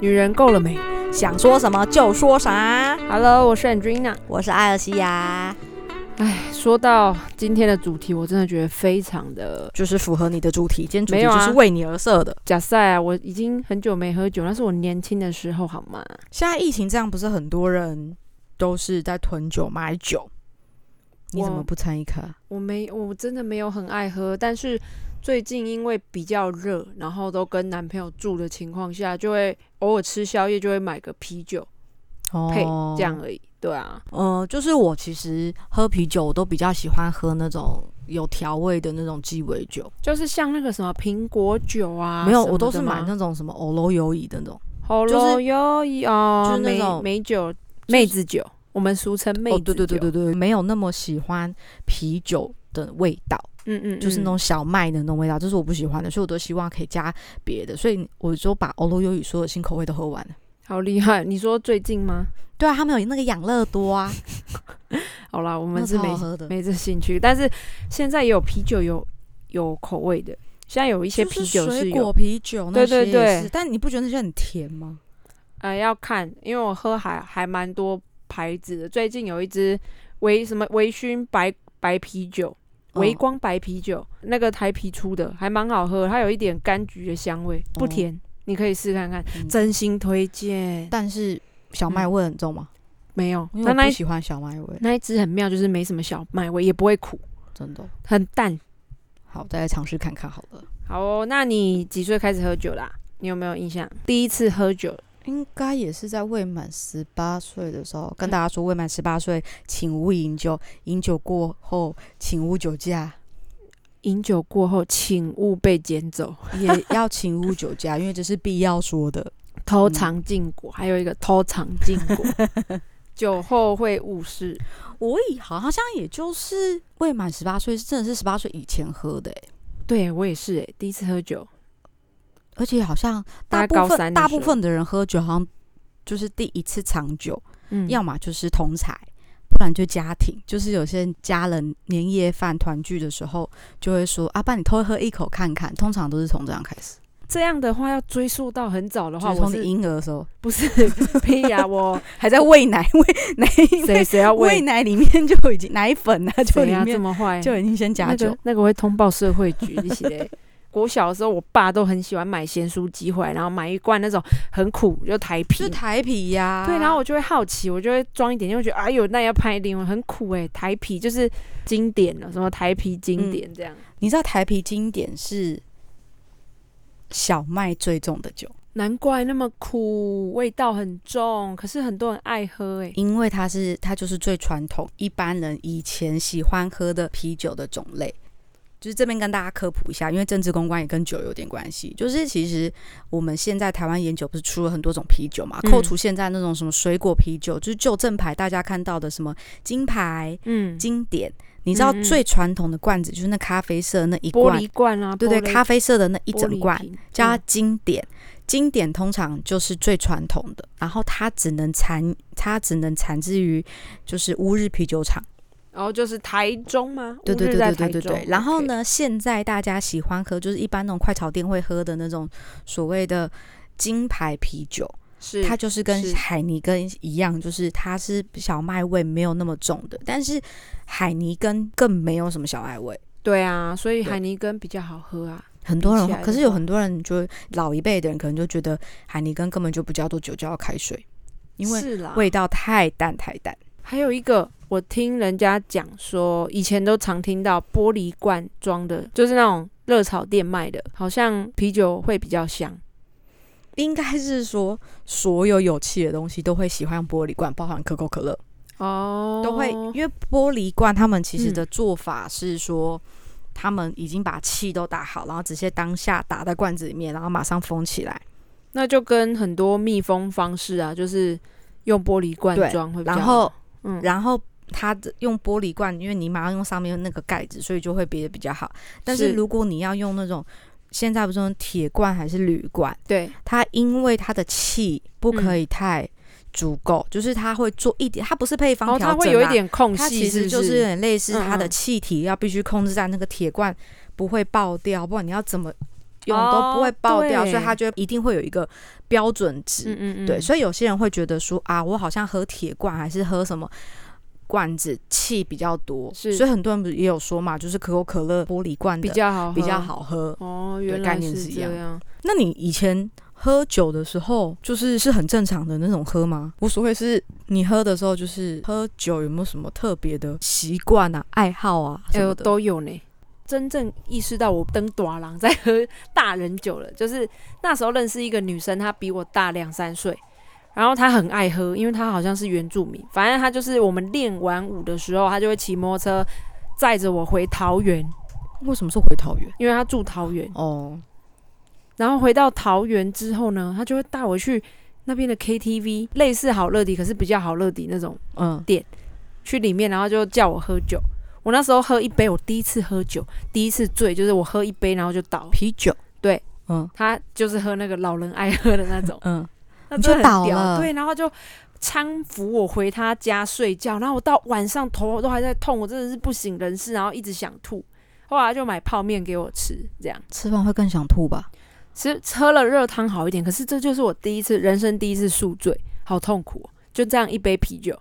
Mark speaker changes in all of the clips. Speaker 1: 女人够了没？
Speaker 2: 想说什么就说啥。
Speaker 1: Hello，我是 Andrina。
Speaker 2: 我是艾尔西亚，
Speaker 1: 哎，说到今天的主题，我真的觉得非常的
Speaker 2: 就是符合你的主题，今天主
Speaker 1: 没
Speaker 2: 题
Speaker 1: 有
Speaker 2: 就
Speaker 1: 啊
Speaker 2: 是为你而设的。
Speaker 1: 假赛啊！我已经很久没喝酒，那是我年轻的时候，好吗？
Speaker 2: 现在疫情这样，不是很多人都是在囤酒买酒，你
Speaker 1: 我
Speaker 2: 怎么不参与卡？
Speaker 1: 我没，我真的没有很爱喝，但是最近因为比较热，然后都跟男朋友住的情况下，就会偶尔吃宵夜，就会买个啤酒配、
Speaker 2: 哦
Speaker 1: 这样，而已。对啊，
Speaker 3: 呃，就是我其实喝啤酒，我都比较喜欢喝那种有调味的那种鸡尾酒。
Speaker 1: 就是像那个什么苹果酒啊，
Speaker 3: 没有，
Speaker 1: 什么
Speaker 3: 我都是
Speaker 1: 的吗
Speaker 3: 买那种什么欧罗友谊的那种。
Speaker 1: 好喽哟一哦，
Speaker 3: 就是那
Speaker 1: 美
Speaker 3: 种
Speaker 1: 美酒、妹子酒，我们俗称妹子
Speaker 3: 哦，
Speaker 1: 酒。
Speaker 3: 对对对对对，没有那么喜欢啤酒的味道，
Speaker 1: 嗯，嗯嗯，
Speaker 3: 就是那种小麦的那种味道，这是我不喜欢的，所以我都希望可以加别的，所以我就把欧罗友谊所有新口味都喝完了。
Speaker 1: 好厉害。你说最近吗？
Speaker 3: 对啊，他们有那个养乐多啊，
Speaker 1: 好啦，我
Speaker 3: 我
Speaker 1: 们是没
Speaker 3: 好喝的。
Speaker 1: 没这兴趣，但是现在也有啤酒有有口味的，现在有一些
Speaker 3: 就是
Speaker 1: 啤酒是
Speaker 3: 水
Speaker 1: 有
Speaker 3: 果，啤酒
Speaker 1: 对
Speaker 3: 那些
Speaker 1: 对
Speaker 3: 也是，
Speaker 1: 对
Speaker 3: 但你不觉得那些很甜吗？
Speaker 1: 呃，要看，因为我喝还还蛮多牌子的，最近有一支微什么微醺白白啤酒。微
Speaker 3: 嗯
Speaker 1: 光白啤酒，那个台啤出的还蛮好喝，它有一点柑橘的香味，不
Speaker 3: 哦
Speaker 1: 甜，你可以试看看，
Speaker 3: 嗯
Speaker 1: 真心推荐。
Speaker 3: 但是小麦味很重吗？
Speaker 1: 没有，
Speaker 3: 因
Speaker 1: 那
Speaker 3: 为我
Speaker 1: 那
Speaker 3: 不
Speaker 1: 一
Speaker 3: 喜欢小麦味，
Speaker 1: 那一只很妙，就是没什么小麦味，也不会苦，
Speaker 3: 真的。
Speaker 1: 很淡。
Speaker 3: 好，再来尝试看看好了。
Speaker 1: 好哦，那你几岁开始喝酒啦？你有没有印象？第一次喝酒，
Speaker 3: 应该也是在未满十八岁的时候，跟大家说未满十八岁，请勿饮酒，饮酒过后请勿酒驾，
Speaker 1: 饮酒过后请勿被捡走，
Speaker 3: 也要请勿酒驾，因为这是必要说的。
Speaker 1: 偷藏禁果，还有一个偷藏禁果， 酒后会误事。
Speaker 3: 我以好像也就是未满十八岁，是真的是十八岁以前喝的、欸，
Speaker 1: 对我也是诶、欸第一次喝酒，
Speaker 3: 而且好像
Speaker 1: 大
Speaker 3: 大
Speaker 1: 概
Speaker 3: 部
Speaker 1: 高三
Speaker 3: 分
Speaker 1: 的时
Speaker 3: 大
Speaker 1: 候
Speaker 3: 部分的人喝酒好像就是第一次尝酒，
Speaker 1: 嗯，
Speaker 3: 要么就是同财，不然就家庭，就是有些家人年夜饭团聚的时候，就会说：“阿、啊、爸，你偷喝一口看看。”通常都是从这样开始，
Speaker 1: 这样的话要追溯到很早的
Speaker 3: 就
Speaker 1: 话，
Speaker 3: 是
Speaker 1: 我
Speaker 3: 从你
Speaker 1: 是
Speaker 3: 婴儿的时候，
Speaker 1: 不是 屁呀、 我
Speaker 3: 还在喂奶，喂奶，
Speaker 1: 谁
Speaker 3: 喂
Speaker 1: 谁要
Speaker 3: 喂
Speaker 1: 喂
Speaker 3: 奶里面就已经奶粉啊，就
Speaker 1: 谁
Speaker 3: 里
Speaker 1: 呀、这
Speaker 3: 面、
Speaker 1: 么坏？
Speaker 3: 就已经先加
Speaker 1: 那
Speaker 3: 酒。
Speaker 1: 个那个会通报社会局一起嘞。国小的时候，我爸都很喜欢买咸酥鸡回来，然后买一罐那种很苦，就台啤
Speaker 3: 就。台啤呀、
Speaker 1: 对，然后我就会好奇，我就会装一点，就会觉得哎呦，那要拍一点，很苦哎、台啤就是经典了，什么台啤经
Speaker 3: 嗯
Speaker 1: 典这样。
Speaker 3: 你知道台啤经典是小麦最重的酒，
Speaker 1: 难怪那么苦，味道很重，可是很多人爱喝哎、
Speaker 3: 因为它是它就是最传统一般人以前喜欢喝的啤酒的种类。就是这边跟大家科普一下，因为政治公关也跟酒有点关系。就是其实我们现在台湾研酒不是出了很多种啤酒嘛，
Speaker 1: 嗯
Speaker 3: 扣除现在那种什么水果啤酒，就是旧正牌大家看到的什么金牌、
Speaker 1: 嗯，
Speaker 3: 经典，你知道
Speaker 1: 嗯嗯
Speaker 3: 最传统的罐子就是那咖啡色那一
Speaker 1: 玻
Speaker 3: 罐，
Speaker 1: 璃罐啊，
Speaker 3: 对对，
Speaker 1: 玻璃
Speaker 3: 咖啡色的那一
Speaker 1: 玻璃
Speaker 3: 整罐，
Speaker 1: 瓶
Speaker 3: 叫它
Speaker 1: 嗯
Speaker 3: 经典。经典通常就是最传统的，然后它只能产，它只能产自于就是乌日啤酒厂。
Speaker 1: 然后就是台中吗？
Speaker 3: 对对
Speaker 1: 乌日
Speaker 3: 对
Speaker 1: 在
Speaker 3: 对对
Speaker 1: 台
Speaker 3: 对
Speaker 1: 中
Speaker 3: 对。然后
Speaker 1: OK
Speaker 3: 呢现在大家喜欢喝就是一般那种快炒店会喝的那种所谓的金牌啤酒，
Speaker 1: 是
Speaker 3: 它就是跟
Speaker 1: 是
Speaker 3: 海尼根一样，就是它是小麦味没有那么重的，但是海尼根更没有什么小麦味。
Speaker 1: 对啊，所以
Speaker 3: 对
Speaker 1: 海尼根比较好喝啊。
Speaker 3: 很多
Speaker 1: 比起来
Speaker 3: 人，
Speaker 1: 的
Speaker 3: 可是有
Speaker 1: 话
Speaker 3: 很多人就老一辈的人可能就觉得海尼根根本就不叫做酒，叫做开水，因为
Speaker 1: 是啊啦，
Speaker 3: 味道太淡太淡。
Speaker 1: 还有一个，我听人家讲说，以前都常听到玻璃罐装的，就是那种热炒店卖的，好像啤酒会比较香。
Speaker 3: 应该是说所有有气的东西都会喜欢用玻璃罐，包含可口可乐
Speaker 1: 哦
Speaker 3: 都会，因为玻璃罐他们其实的做法是说。他们已经把气都打好，然后直接当下打在罐子里面，然后马上封起来。
Speaker 1: 那就跟很多密封方式啊，就是用玻璃罐
Speaker 3: 对
Speaker 1: 装会比较好。
Speaker 3: 然后，
Speaker 1: 嗯，
Speaker 3: 然后它的用玻璃罐，因为你马上用上面那个盖子，所以就会别的比较好。但
Speaker 1: 是
Speaker 3: 是如果你要用那种现在不是用铁罐还是铝罐，
Speaker 1: 对，
Speaker 3: 它因为它的气
Speaker 1: 嗯
Speaker 3: 不可以太足够，就是它会做一点，它不是配
Speaker 1: 然
Speaker 3: 方
Speaker 1: 后
Speaker 3: 调整、啊，
Speaker 1: 哦它会有一点空
Speaker 3: 它
Speaker 1: 隙，
Speaker 3: 其实
Speaker 1: 不
Speaker 3: 就是有点类似
Speaker 1: 嗯
Speaker 3: 它的
Speaker 1: 嗯
Speaker 3: 气体要必须控制在那个铁罐不会爆掉，不然你要怎么用都不会爆掉，
Speaker 1: 哦对
Speaker 3: 所以它就一定会有一个标准值。
Speaker 1: 嗯嗯嗯，
Speaker 3: 对，所以有些人会觉得说啊，我好像喝铁罐还是喝什么罐子气比较多，
Speaker 1: 是
Speaker 3: 所以很多人不是也有说嘛，就是可口可乐玻璃罐的
Speaker 1: 比较好，
Speaker 3: 比较。好喝。
Speaker 1: 哦，原
Speaker 3: 概
Speaker 1: 来
Speaker 3: 念
Speaker 1: 是
Speaker 3: 是一
Speaker 1: 这
Speaker 3: 样
Speaker 1: 样。
Speaker 3: 那你以前喝酒的时候，就是是很正常的那种喝吗？无所谓，是你喝的时候，就是喝酒有没有什么特别的习惯啊、爱好啊
Speaker 1: 哎
Speaker 3: 什
Speaker 1: 呦，
Speaker 3: 么的？
Speaker 1: 都有呢。真正意识到我登大郎在喝大人酒了，就是那时候认识一个女生，她比我大两三岁，然后她很爱喝，因为她好像是原住民，反正她就是我们练完舞的时候，她就会骑摩托车载着我回桃园，
Speaker 3: 为什么是回桃园？
Speaker 1: 因为她住桃园。
Speaker 3: 哦，
Speaker 1: 然后回到桃园之后呢，她就会带我去那边的 KTV，类似好乐迪，可是比较好乐迪那种，
Speaker 3: 嗯，
Speaker 1: 去里面，然后就叫我喝酒。我那时候喝一杯，我第一次喝酒，第一次醉，就是我喝一杯然后就倒。
Speaker 3: 啤酒，
Speaker 1: 对，
Speaker 3: 嗯，
Speaker 1: 他就是喝那个老人爱喝的那 种
Speaker 3: 嗯，
Speaker 1: 那
Speaker 3: 你
Speaker 1: 真的
Speaker 3: 就
Speaker 1: 很
Speaker 3: 倒
Speaker 1: 屌
Speaker 3: 了
Speaker 1: 对，然后就搀扶我回他家睡觉，然后我到晚上头都还在痛，我真的是不省人事，然后一直想吐。后来就买泡面给我吃，这样
Speaker 3: 吃完会更想吐吧？
Speaker 1: 其实喝了热汤好一点，可是这就是我第一次人生第一次宿醉，好痛苦、哦。就这样一杯啤酒，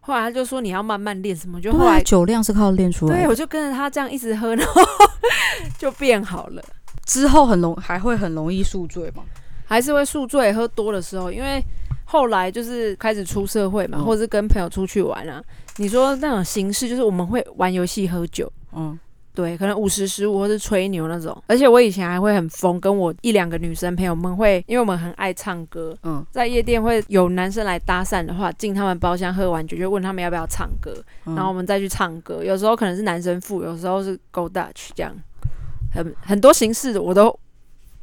Speaker 1: 后来他就说你要慢慢练什么，就后
Speaker 3: 对啊，
Speaker 1: 来
Speaker 3: 酒量是靠练出来
Speaker 1: 对，
Speaker 3: 的。
Speaker 1: 我就跟着他这样一直喝，然后 就变好了。
Speaker 3: 之后很容还会很容易宿醉吗？
Speaker 1: 还是会宿醉，喝多的时候，因为后来就是开始出社会嘛，
Speaker 3: 嗯
Speaker 1: 或者是跟朋友出去玩啊。你说那种形式，就是我们会玩游戏、喝酒，
Speaker 3: 嗯，
Speaker 1: 对，可能五十十五或是吹牛那种。而且我以前还会很疯，跟我一两个女生朋友们会，因为我们很爱唱歌，
Speaker 3: 嗯
Speaker 1: 嗯，在夜店会有男生来搭讪的话，进他们包厢喝完酒，就问他们要不要唱歌，
Speaker 3: 嗯
Speaker 1: 然后我们再去唱歌。有时候可能是男生付，有时候是 Go Dutch 这样，很很多形式的我都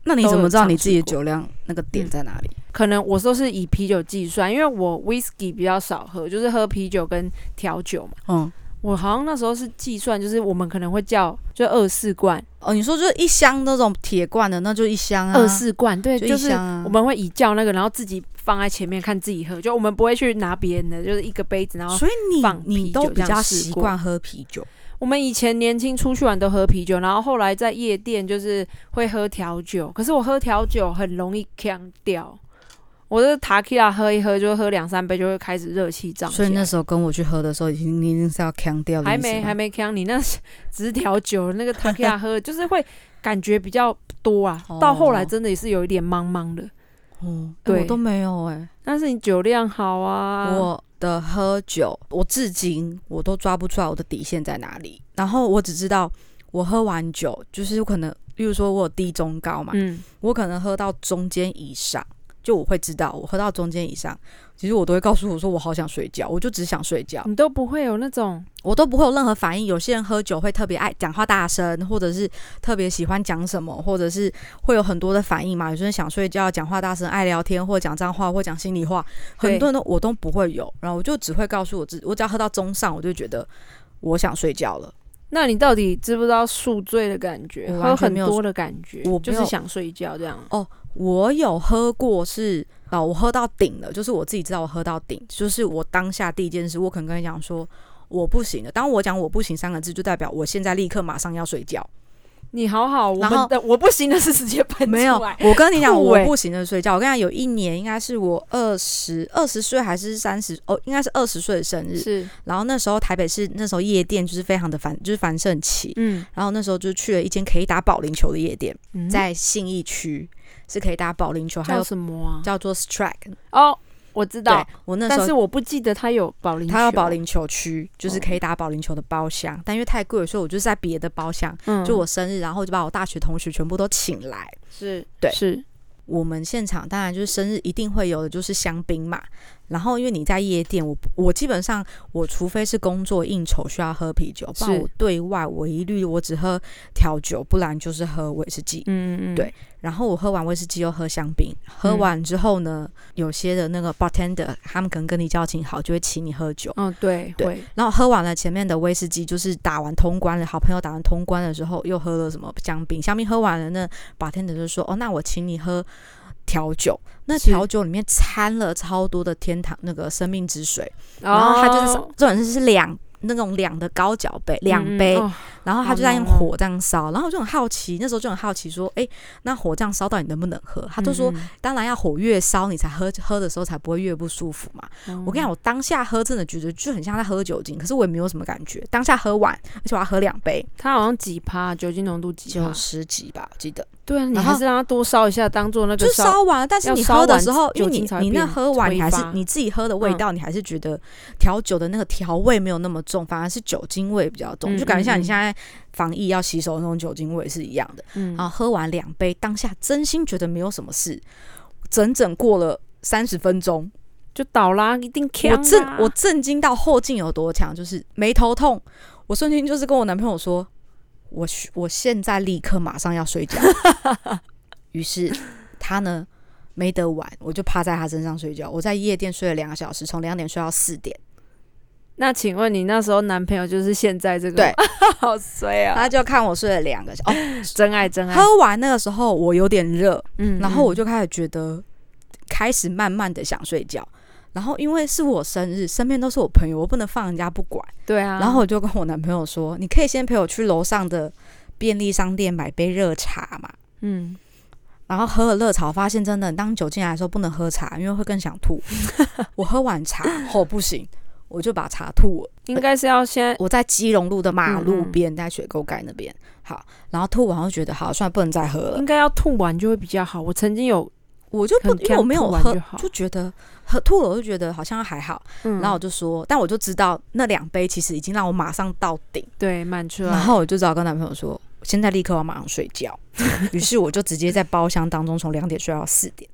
Speaker 3: 那你怎么知道你自己
Speaker 1: 都有
Speaker 3: 的
Speaker 1: 尝试
Speaker 3: 酒量那个点在哪里？
Speaker 1: 可能我都是以啤酒计算，因为我 whisky 比较少喝，就是喝啤酒跟调酒嘛。
Speaker 3: 嗯，
Speaker 1: 我好像那时候是计算，就是我们可能会叫就二四罐，
Speaker 3: 哦，你说就是一箱那种铁罐的，那就一箱啊。
Speaker 1: 二四罐，对，
Speaker 3: 就
Speaker 1: 就
Speaker 3: 一
Speaker 1: 是
Speaker 3: 箱啊
Speaker 1: 我们会以叫那个，然后自己放在前面看自己喝，就我们不会去拿别人的，就是一个杯子，然后
Speaker 3: 所以
Speaker 1: 放
Speaker 3: 你你
Speaker 1: 啤
Speaker 3: 都
Speaker 1: 酒
Speaker 3: 比
Speaker 1: 这样
Speaker 3: 较
Speaker 1: 试
Speaker 3: 习
Speaker 1: 过
Speaker 3: 惯喝啤酒，
Speaker 1: 我们以前年轻出去玩都喝啤酒，然后后来在夜店就是会喝调酒，可是我喝调酒很容易呛掉。我的塔 q 拉喝一喝，就喝两三杯，就会开始热气胀起
Speaker 3: 所
Speaker 1: 来。
Speaker 3: 以那时候跟我去喝的时候，已经你已经是要呛掉的
Speaker 1: 还
Speaker 3: 意思
Speaker 1: 没
Speaker 3: 吗
Speaker 1: 还没呛你那是只是调酒，那个 t a k i a 喝就是会感觉比较多啊
Speaker 3: 哦，
Speaker 1: 到后来真的也是有一点茫茫的。
Speaker 3: 哦，哎
Speaker 1: 对
Speaker 3: 我都没有哎、
Speaker 1: 但是你酒量好啊，
Speaker 3: 我的喝酒，我至今我都抓不出来我的底线在哪里。然后我只知道，我喝完酒就是可能，例如说我有低中高嘛，
Speaker 1: 嗯，
Speaker 3: 我可能喝到中间以上，就我会知道我喝到中间以上，其实我都会告诉我说我好想睡觉，我就只想睡觉，
Speaker 1: 你都不会有那种
Speaker 3: 我都不会有任何反应。有些人喝酒会特别爱讲话大声，或者是特别喜欢讲什么，或者是会有很多的反应嘛。有些人想睡觉、讲话大声、爱聊天，或讲脏话，或讲心里话，
Speaker 1: 对
Speaker 3: 很多人都我都不会有。然后我就只会告诉我自己，我只要喝到中上，我就觉得我想睡觉了。
Speaker 1: 那你到底知不知道宿醉的感觉，
Speaker 3: 我
Speaker 1: 喝
Speaker 3: 完全
Speaker 1: 很
Speaker 3: 没有
Speaker 1: 多的感觉，
Speaker 3: 我没有
Speaker 1: 就是想睡觉这样。
Speaker 3: 我有喝过是啊，我喝到顶了，就是我自己知道我喝到顶，就是我当下第一件事，我可能跟你讲说我不行了。当我讲我不行三个字，就代表我现在立刻马上要睡觉。
Speaker 1: 你好好，我
Speaker 3: 然后
Speaker 1: 们的我不行的是直接喷
Speaker 3: 没有
Speaker 1: 出来，
Speaker 3: 我跟你讲，
Speaker 1: 酷
Speaker 3: 我
Speaker 1: 欸
Speaker 3: 不行的睡觉。我跟你讲，有一年应该是我二十二十岁还是三十哦，应该是二十岁的生日。
Speaker 1: 是
Speaker 3: 然后那时候台北市那时候夜店就是非常的繁，就是繁盛期。
Speaker 1: 嗯，
Speaker 3: 然后那时候就去了一间可以打保龄球的夜店，
Speaker 1: 嗯
Speaker 3: 在信义区是可以打保龄球，还
Speaker 1: 叫
Speaker 3: 有
Speaker 1: 什么啊？
Speaker 3: 叫做 Strike。
Speaker 1: 哦，我知
Speaker 3: 对
Speaker 1: 道，，
Speaker 3: 我那时
Speaker 1: 但
Speaker 3: 候
Speaker 1: 是我不记得他有保龄球，
Speaker 3: 它有保，龄球区，就是
Speaker 1: 哦
Speaker 3: 可以打保龄球的包厢，但因为太贵了，所以我就是在别的包厢。
Speaker 1: 嗯
Speaker 3: 就我生日，然后就把我大学同学全部都请来。
Speaker 1: 是
Speaker 3: 对
Speaker 1: 是
Speaker 3: 我们现场当然就是生日一定会有的，就是香槟嘛。然后因为你在夜店，我我基本上我除非是工作应酬需要喝啤酒，不然
Speaker 1: 是
Speaker 3: 我对外我一律我只喝调酒，不然就是喝威士忌。
Speaker 1: 嗯嗯嗯
Speaker 3: 对然后我喝完威士忌又喝香槟，喝
Speaker 1: 嗯
Speaker 3: 完之后呢，有些的那个 bartender 他们可能跟你交情好，就会请你喝酒。
Speaker 1: 嗯，对，
Speaker 3: 对
Speaker 1: 会
Speaker 3: 然后喝完了前面的威士忌，就是打完通关了，好朋友打完通关的时候，又喝了什么香槟，香槟喝完了呢，把天 r 就说：“哦，那我请你喝调酒。”那
Speaker 1: 是
Speaker 3: 调酒里面掺了超多的天堂那个生命之水，然后它就是
Speaker 1: 哦
Speaker 3: 这种是两那种两的高脚杯，两
Speaker 1: 嗯嗯
Speaker 3: 杯，
Speaker 1: 哦
Speaker 3: 然后他就在用
Speaker 1: 好浓哦
Speaker 3: 火这样烧，然后我就很好奇，那时候就很好奇说，诶，那火这样烧到底能不能喝？他就说，
Speaker 1: 嗯
Speaker 3: 当然要火越烧你才喝，喝的时候才不会越不舒服嘛。
Speaker 1: 嗯
Speaker 3: 我跟你讲，我当下喝真的觉得就很像在喝酒精，可是我也没有什么感觉。当下喝完，而且我要喝两杯，
Speaker 1: 它好像几趴酒精浓度几趴
Speaker 3: 九，十几吧，我记得。
Speaker 1: 对啊，你
Speaker 3: 然
Speaker 1: 还
Speaker 3: 后
Speaker 1: 是让它多烧一下，当做那
Speaker 3: 就
Speaker 1: 个
Speaker 3: 是烧完了，但是
Speaker 1: 要
Speaker 3: 你
Speaker 1: 烧
Speaker 3: 喝的
Speaker 1: 完
Speaker 3: 时候，因
Speaker 1: 酒
Speaker 3: 为
Speaker 1: 精
Speaker 3: 你
Speaker 1: 才
Speaker 3: 你那
Speaker 1: 变
Speaker 3: 喝完，你还是
Speaker 1: 挥发
Speaker 3: 你自己喝的味
Speaker 1: 嗯
Speaker 3: 道，你还是觉得调酒的那个调味没有那么重，反而是酒精味比较重，
Speaker 1: 嗯
Speaker 3: 就感觉像
Speaker 1: 嗯
Speaker 3: 你
Speaker 1: 嗯
Speaker 3: 现在防疫要洗手那种酒精味是一样的。
Speaker 1: 嗯
Speaker 3: 然后喝完两杯，当下真心觉得没有什么事，整整过了。三十分钟，
Speaker 1: 就倒啦，一定
Speaker 3: 我
Speaker 1: 呛
Speaker 3: 震
Speaker 1: 啦
Speaker 3: 我震惊到后劲有多强，就是没头痛。我瞬间就是跟我男朋友说，我需我现在立刻马上要睡 觉。于是他呢没得玩，我就趴在他身上睡觉。我在夜店睡了两个小时，从两点睡到四点。
Speaker 1: 那请问你那时候男朋友就是现在这个？
Speaker 3: 对，
Speaker 1: 好衰啊！
Speaker 3: 他就看我睡了两个小时。哦，
Speaker 1: 真爱真爱，
Speaker 3: 喝完那个时候我有点热，
Speaker 1: 嗯
Speaker 3: 然后我就开始觉得，开始慢慢的想睡觉。然后因为是我生日，身边都是我朋友，我不能放人家不管。
Speaker 1: 嗯对啊，
Speaker 3: 然后我就跟我男朋友说：“你可以先陪我去楼上的便利商店买杯热茶嘛。”
Speaker 1: 嗯，
Speaker 3: 然后喝了热茶，我发现真的，当酒进来的时候不能喝茶，因为会更想 吐。我喝完茶后、不行，我就把茶吐了。
Speaker 1: 应该是要先
Speaker 3: 我在基隆路的马路
Speaker 1: 嗯嗯
Speaker 3: 边，在雪沟盖那边，好，然后吐完后觉得好，算了，不能再喝了
Speaker 1: 应，该要吐完就会比较好。我曾经有，
Speaker 3: 我就不
Speaker 1: 很，
Speaker 3: 因为我没有
Speaker 1: 吐完
Speaker 3: 喝
Speaker 1: 就，好
Speaker 3: 就觉得喝吐了，我就觉得好像还好，
Speaker 1: 嗯
Speaker 3: 然后我就说，但我就知道那两杯其实已经让我马上到顶，
Speaker 1: 对满出来，
Speaker 3: 然后我就只好跟男朋友说，我现在立刻要马上睡觉， 于是我就直接在包厢当中从两点睡到四点。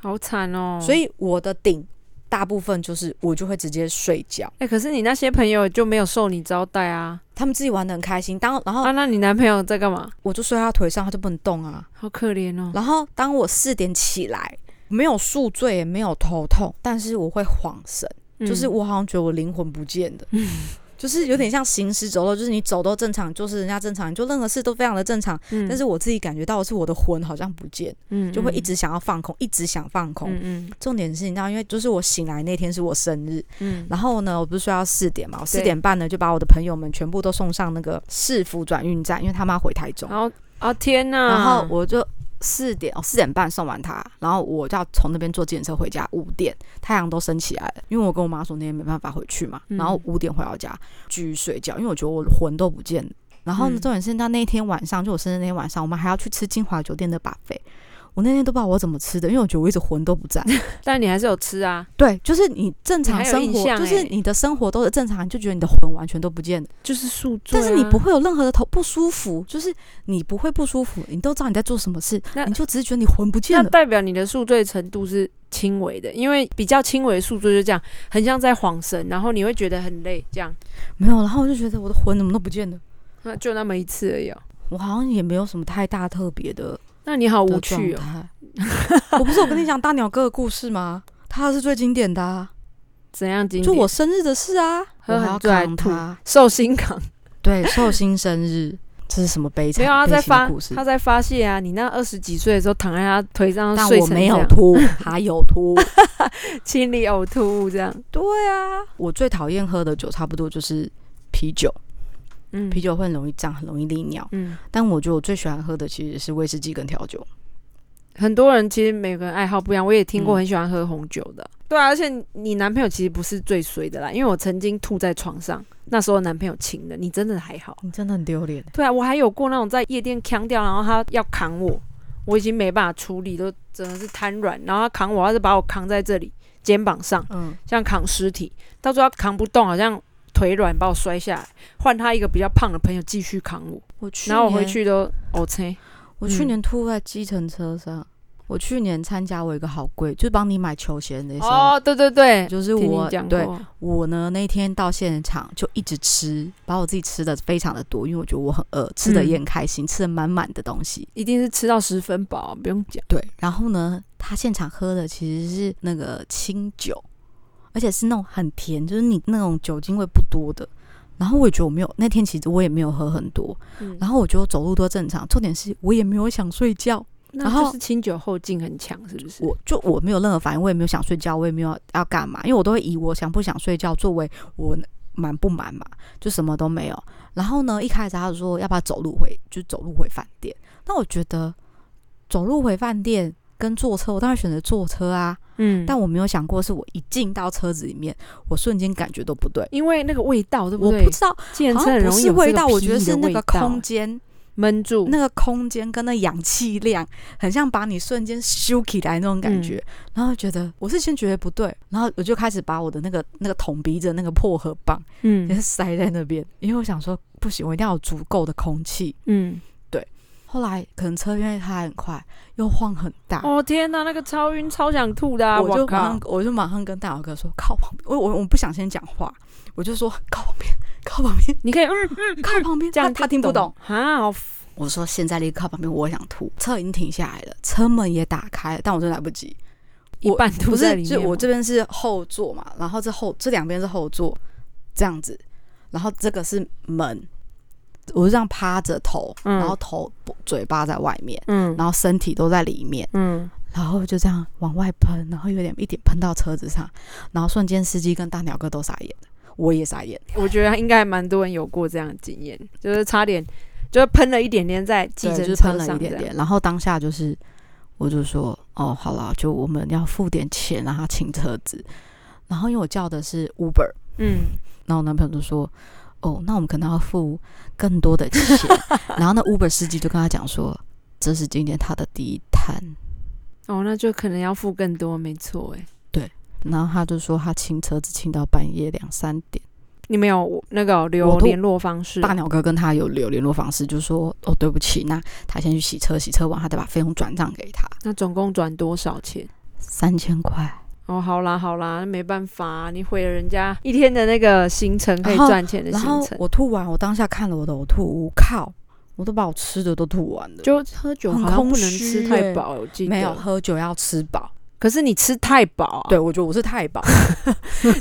Speaker 1: 好惨哦。
Speaker 3: 所，以我的顶大部分就是我就会直接睡觉。
Speaker 1: 哎，可是你那些朋友就没有受你招待啊？
Speaker 3: 他们自己玩的很开心，当然后
Speaker 1: 啊，那你男朋友在干嘛？
Speaker 3: 我就睡在他腿上，他就不能动啊。
Speaker 1: 好可怜哦。
Speaker 3: 然后当我四点起来，没有宿醉，也没有头痛，但是我会晃神，
Speaker 1: 嗯
Speaker 3: 就是我好像觉得我灵魂不见 了。就是有点像行尸走肉，就是你走都正常，就是人家正常，你做任何事都非常的正常。
Speaker 1: 嗯，
Speaker 3: 但是我自己感觉到的是我的魂好像不见，
Speaker 1: 嗯
Speaker 3: 就会一直想要放空，一直想放空。
Speaker 1: 嗯嗯
Speaker 3: 重点是，你知道，因为就是我醒来那天是我生日，
Speaker 1: 嗯，
Speaker 3: 然后呢，我不是说要四点嘛，我四
Speaker 1: 对
Speaker 3: 点半呢就把我的朋友们全部都送上那个市府转运站，因为他妈回台中
Speaker 1: 然。后啊天哪，
Speaker 3: 然后我就四点哦四点半送完他，然后我就要从那边坐电车回家，五点太阳都升起来了，因为我跟我妈说那天没办法回去嘛，
Speaker 1: 嗯
Speaker 3: 然后五点回到家继续睡觉，因为我觉得我魂都不见了。然后呢，
Speaker 1: 嗯
Speaker 3: 重点是到那天晚上，就我生日那天晚上，我们还要去吃金华酒店的 buffet。我那天都不知道我怎么吃的，因为我觉得我一直魂都不在。
Speaker 1: 但你还是有吃啊，
Speaker 3: 对，就是你正
Speaker 1: 你
Speaker 3: 常
Speaker 1: 还有
Speaker 3: 生
Speaker 1: 印
Speaker 3: 活，
Speaker 1: 象
Speaker 3: 就是
Speaker 1: 欸
Speaker 3: 你的生活都是正常，你就觉得你的魂完全都不见了，
Speaker 1: 就是宿醉
Speaker 3: 但
Speaker 1: 啊，
Speaker 3: 是你不会有任何的头不舒服，就是你不会不舒服，你都知道你在做什么事，
Speaker 1: 那
Speaker 3: 你就只是觉得你魂不见
Speaker 1: 那
Speaker 3: 了。
Speaker 1: 代表你的宿醉程度是轻微的，因为比较轻微的宿醉就这样，很像在晃神，然后你会觉得很累，这样，
Speaker 3: 没有，然后我就觉得我的魂怎么都不见了，
Speaker 1: 那就那么一次而已、哦。
Speaker 3: 我好像也没有什么太大特别的
Speaker 1: 那你好
Speaker 3: 的
Speaker 1: 无
Speaker 3: 状
Speaker 1: 趣哦，
Speaker 3: 态。 我不是有跟你讲大鸟哥的故事吗？他是最经典的、啊，
Speaker 1: 怎样经
Speaker 3: 就
Speaker 1: 典？
Speaker 3: 我生日的事啊，
Speaker 1: 喝
Speaker 3: 我还
Speaker 1: 很
Speaker 3: 要
Speaker 1: 醉还
Speaker 3: 扛
Speaker 1: 吐
Speaker 3: 他，
Speaker 1: 寿星港，
Speaker 3: 对，寿星生日，这是什么悲惨？
Speaker 1: 没有他
Speaker 3: 悲
Speaker 1: 在
Speaker 3: 情的
Speaker 1: 发
Speaker 3: 故事
Speaker 1: 他在发泄啊！你那二十几岁的时候躺在他腿上
Speaker 3: 但
Speaker 1: 睡
Speaker 3: 我
Speaker 1: 成这
Speaker 3: 没有
Speaker 1: 样，
Speaker 3: 吐，他有吐。
Speaker 1: 清理呕吐物这样，
Speaker 3: 对啊，我最讨厌喝的酒差不多就是啤酒，
Speaker 1: 嗯，
Speaker 3: 啤，酒会很容易胀，很容易利尿。
Speaker 1: 嗯，
Speaker 3: 但我觉得我最喜欢喝的其实是威士忌跟调酒。
Speaker 1: 很多人其实每个人爱好不一样，我也听过
Speaker 3: 嗯
Speaker 1: 很喜欢喝红酒的。对啊，而且你男朋友其实不是最衰的啦，因为我曾经吐在床上，那时候男朋友亲的，你真的还好。
Speaker 3: 你真的很丢脸。欸
Speaker 1: 对啊，我还有过那种在夜店扛掉，然后他要扛我，我已经没办法处理，都真的是瘫软，然后他扛我，他是把我扛在这里肩膀上，
Speaker 3: 嗯，
Speaker 1: 像扛尸体，到最后他扛不动，好像腿软把我摔下来，换他一个比较胖的朋友继续扛我，
Speaker 3: 我去，
Speaker 1: 然后我回，去都哦 OK，
Speaker 3: 我去
Speaker 1: 嗯
Speaker 3: 年吐在计程车上。我去年参加我一个好贵，就是帮你买球鞋那时候，
Speaker 1: 哦，对对对，
Speaker 3: 就是
Speaker 1: 听
Speaker 3: 我
Speaker 1: 你讲
Speaker 3: 对
Speaker 1: 过，
Speaker 3: 我呢那天到现场就一直吃，把我自己吃的非常的多，因为我觉得我很饿，吃的也很开心，吃的满满的东西。
Speaker 1: 一定是吃到十分饱，不用讲，
Speaker 3: 对，然后呢，他现场喝的其实是那个清酒，而且是那种很甜，就是你那种酒精味不多的。然后我也觉得我没有那天，其实我也没有喝很多，
Speaker 1: 嗯，
Speaker 3: 然后我觉得我走路都正常。重点是我也没有想睡觉，
Speaker 1: 那
Speaker 3: 然后
Speaker 1: 就是清酒后劲很强，是不是？
Speaker 3: 我就我没有任何反应，我也没有想睡觉，我也没有要干嘛，因为我都会以我想不想睡觉作为我满不满嘛，就什么都没有。然后呢，一开始他就说要不要走路回，就走路回饭店。那我觉得走路回饭店跟坐车，我当然选择坐车啊。
Speaker 1: 嗯，
Speaker 3: 但我没有想过，是我一进到车子里面，我瞬间感觉都不对，
Speaker 1: 因为那个味道，对
Speaker 3: 我
Speaker 1: 对
Speaker 3: 不？知道，
Speaker 1: 计程
Speaker 3: 好
Speaker 1: 车
Speaker 3: 像
Speaker 1: 很
Speaker 3: 不
Speaker 1: 容易
Speaker 3: 是
Speaker 1: 有这
Speaker 3: 味道，我
Speaker 1: 屁
Speaker 3: 觉得是
Speaker 1: 的
Speaker 3: 那
Speaker 1: 味
Speaker 3: 个
Speaker 1: 道
Speaker 3: 空间，
Speaker 1: 闷住，
Speaker 3: 那个空间跟那氧气量，很像把你瞬间咻起来那种感觉。
Speaker 1: 嗯
Speaker 3: 然后觉得我是先觉得不对，然后我就开始把我的那个那个捅鼻子的那个薄荷棒
Speaker 1: 嗯
Speaker 3: 也塞在那边，因为我想说不行，我一定要有足够的空气。
Speaker 1: 嗯，
Speaker 3: 后来可能车因为开很快，又晃很大，
Speaker 1: 哦天哪，那个超晕，超想吐的啊！
Speaker 3: 我就
Speaker 1: 我
Speaker 3: 马
Speaker 1: 靠
Speaker 3: 上，我就马上跟大表哥说靠旁边，我我我不想先讲话，我就说靠旁边，靠旁边，
Speaker 1: 你可以嗯嗯
Speaker 3: 靠旁边，
Speaker 1: 这样
Speaker 3: 他他听不懂。
Speaker 1: 啊，好
Speaker 3: 我说现在立刻靠旁边，我想吐，车已经停下来了，车门也打开了，但我真的来不及，
Speaker 1: 一半吐
Speaker 3: 不
Speaker 1: 在
Speaker 3: 是，
Speaker 1: 里
Speaker 3: 就
Speaker 1: 面。
Speaker 3: 我这边是后座嘛，然后这后这两边是后座，这样子，然后这个是门，我就这样趴着头，
Speaker 1: 嗯
Speaker 3: 然后头嘴巴在外面，
Speaker 1: 嗯
Speaker 3: 然后身体都在里面，
Speaker 1: 嗯，
Speaker 3: 然后就这样往外喷，然后有点一点喷到车子上，然后瞬间司机跟大鸟哥都傻眼了，我也傻眼，
Speaker 1: 我觉得应该蛮多人有过这样的经验，就是差点就是喷了一点点在计
Speaker 3: 对，
Speaker 1: 程
Speaker 3: 就是喷
Speaker 1: 车
Speaker 3: 了一
Speaker 1: 上这
Speaker 3: 点
Speaker 1: 样。
Speaker 3: 点，然后当下就是我就说哦，好了，就我们要付点钱让他请车子，然后因为我叫的是 Uber。
Speaker 1: 嗯，
Speaker 3: 然后我男朋友就说：“哦，那我们可能要付更多的钱。”然后那 Uber 司机就跟他讲说：“这是今天他的第一摊。
Speaker 1: 哦，那就可能要付更多，没错哎。”
Speaker 3: 然后他就说他清车子清到半夜两三点。
Speaker 1: 你们有那个留
Speaker 3: 我都
Speaker 1: 联络方式
Speaker 3: 大
Speaker 1: 啊？
Speaker 3: 鸟哥跟他有留联络方式，就说：“哦，对不起，那他先去洗车，洗车完他再把费用转账给他，
Speaker 1: 那总共转多少钱？
Speaker 3: 三千块。
Speaker 1: 哦，好啦好啦，那没办法啊、你毁了人家一天的那个行程可以
Speaker 3: 然后
Speaker 1: 赚钱”的
Speaker 3: 然
Speaker 1: 行
Speaker 3: 后
Speaker 1: 程，
Speaker 3: 我吐完，我当下看了我的呕吐物，靠，我都把我吃的都吐完了。
Speaker 1: 就喝酒
Speaker 3: 很
Speaker 1: 好像不
Speaker 3: 空
Speaker 1: 能吃
Speaker 3: 虚
Speaker 1: 太
Speaker 3: 欸
Speaker 1: 饱，我记得
Speaker 3: 没有，喝酒要吃饱，
Speaker 1: 可是你吃太饱、啊，
Speaker 3: 对我觉得我是太饱，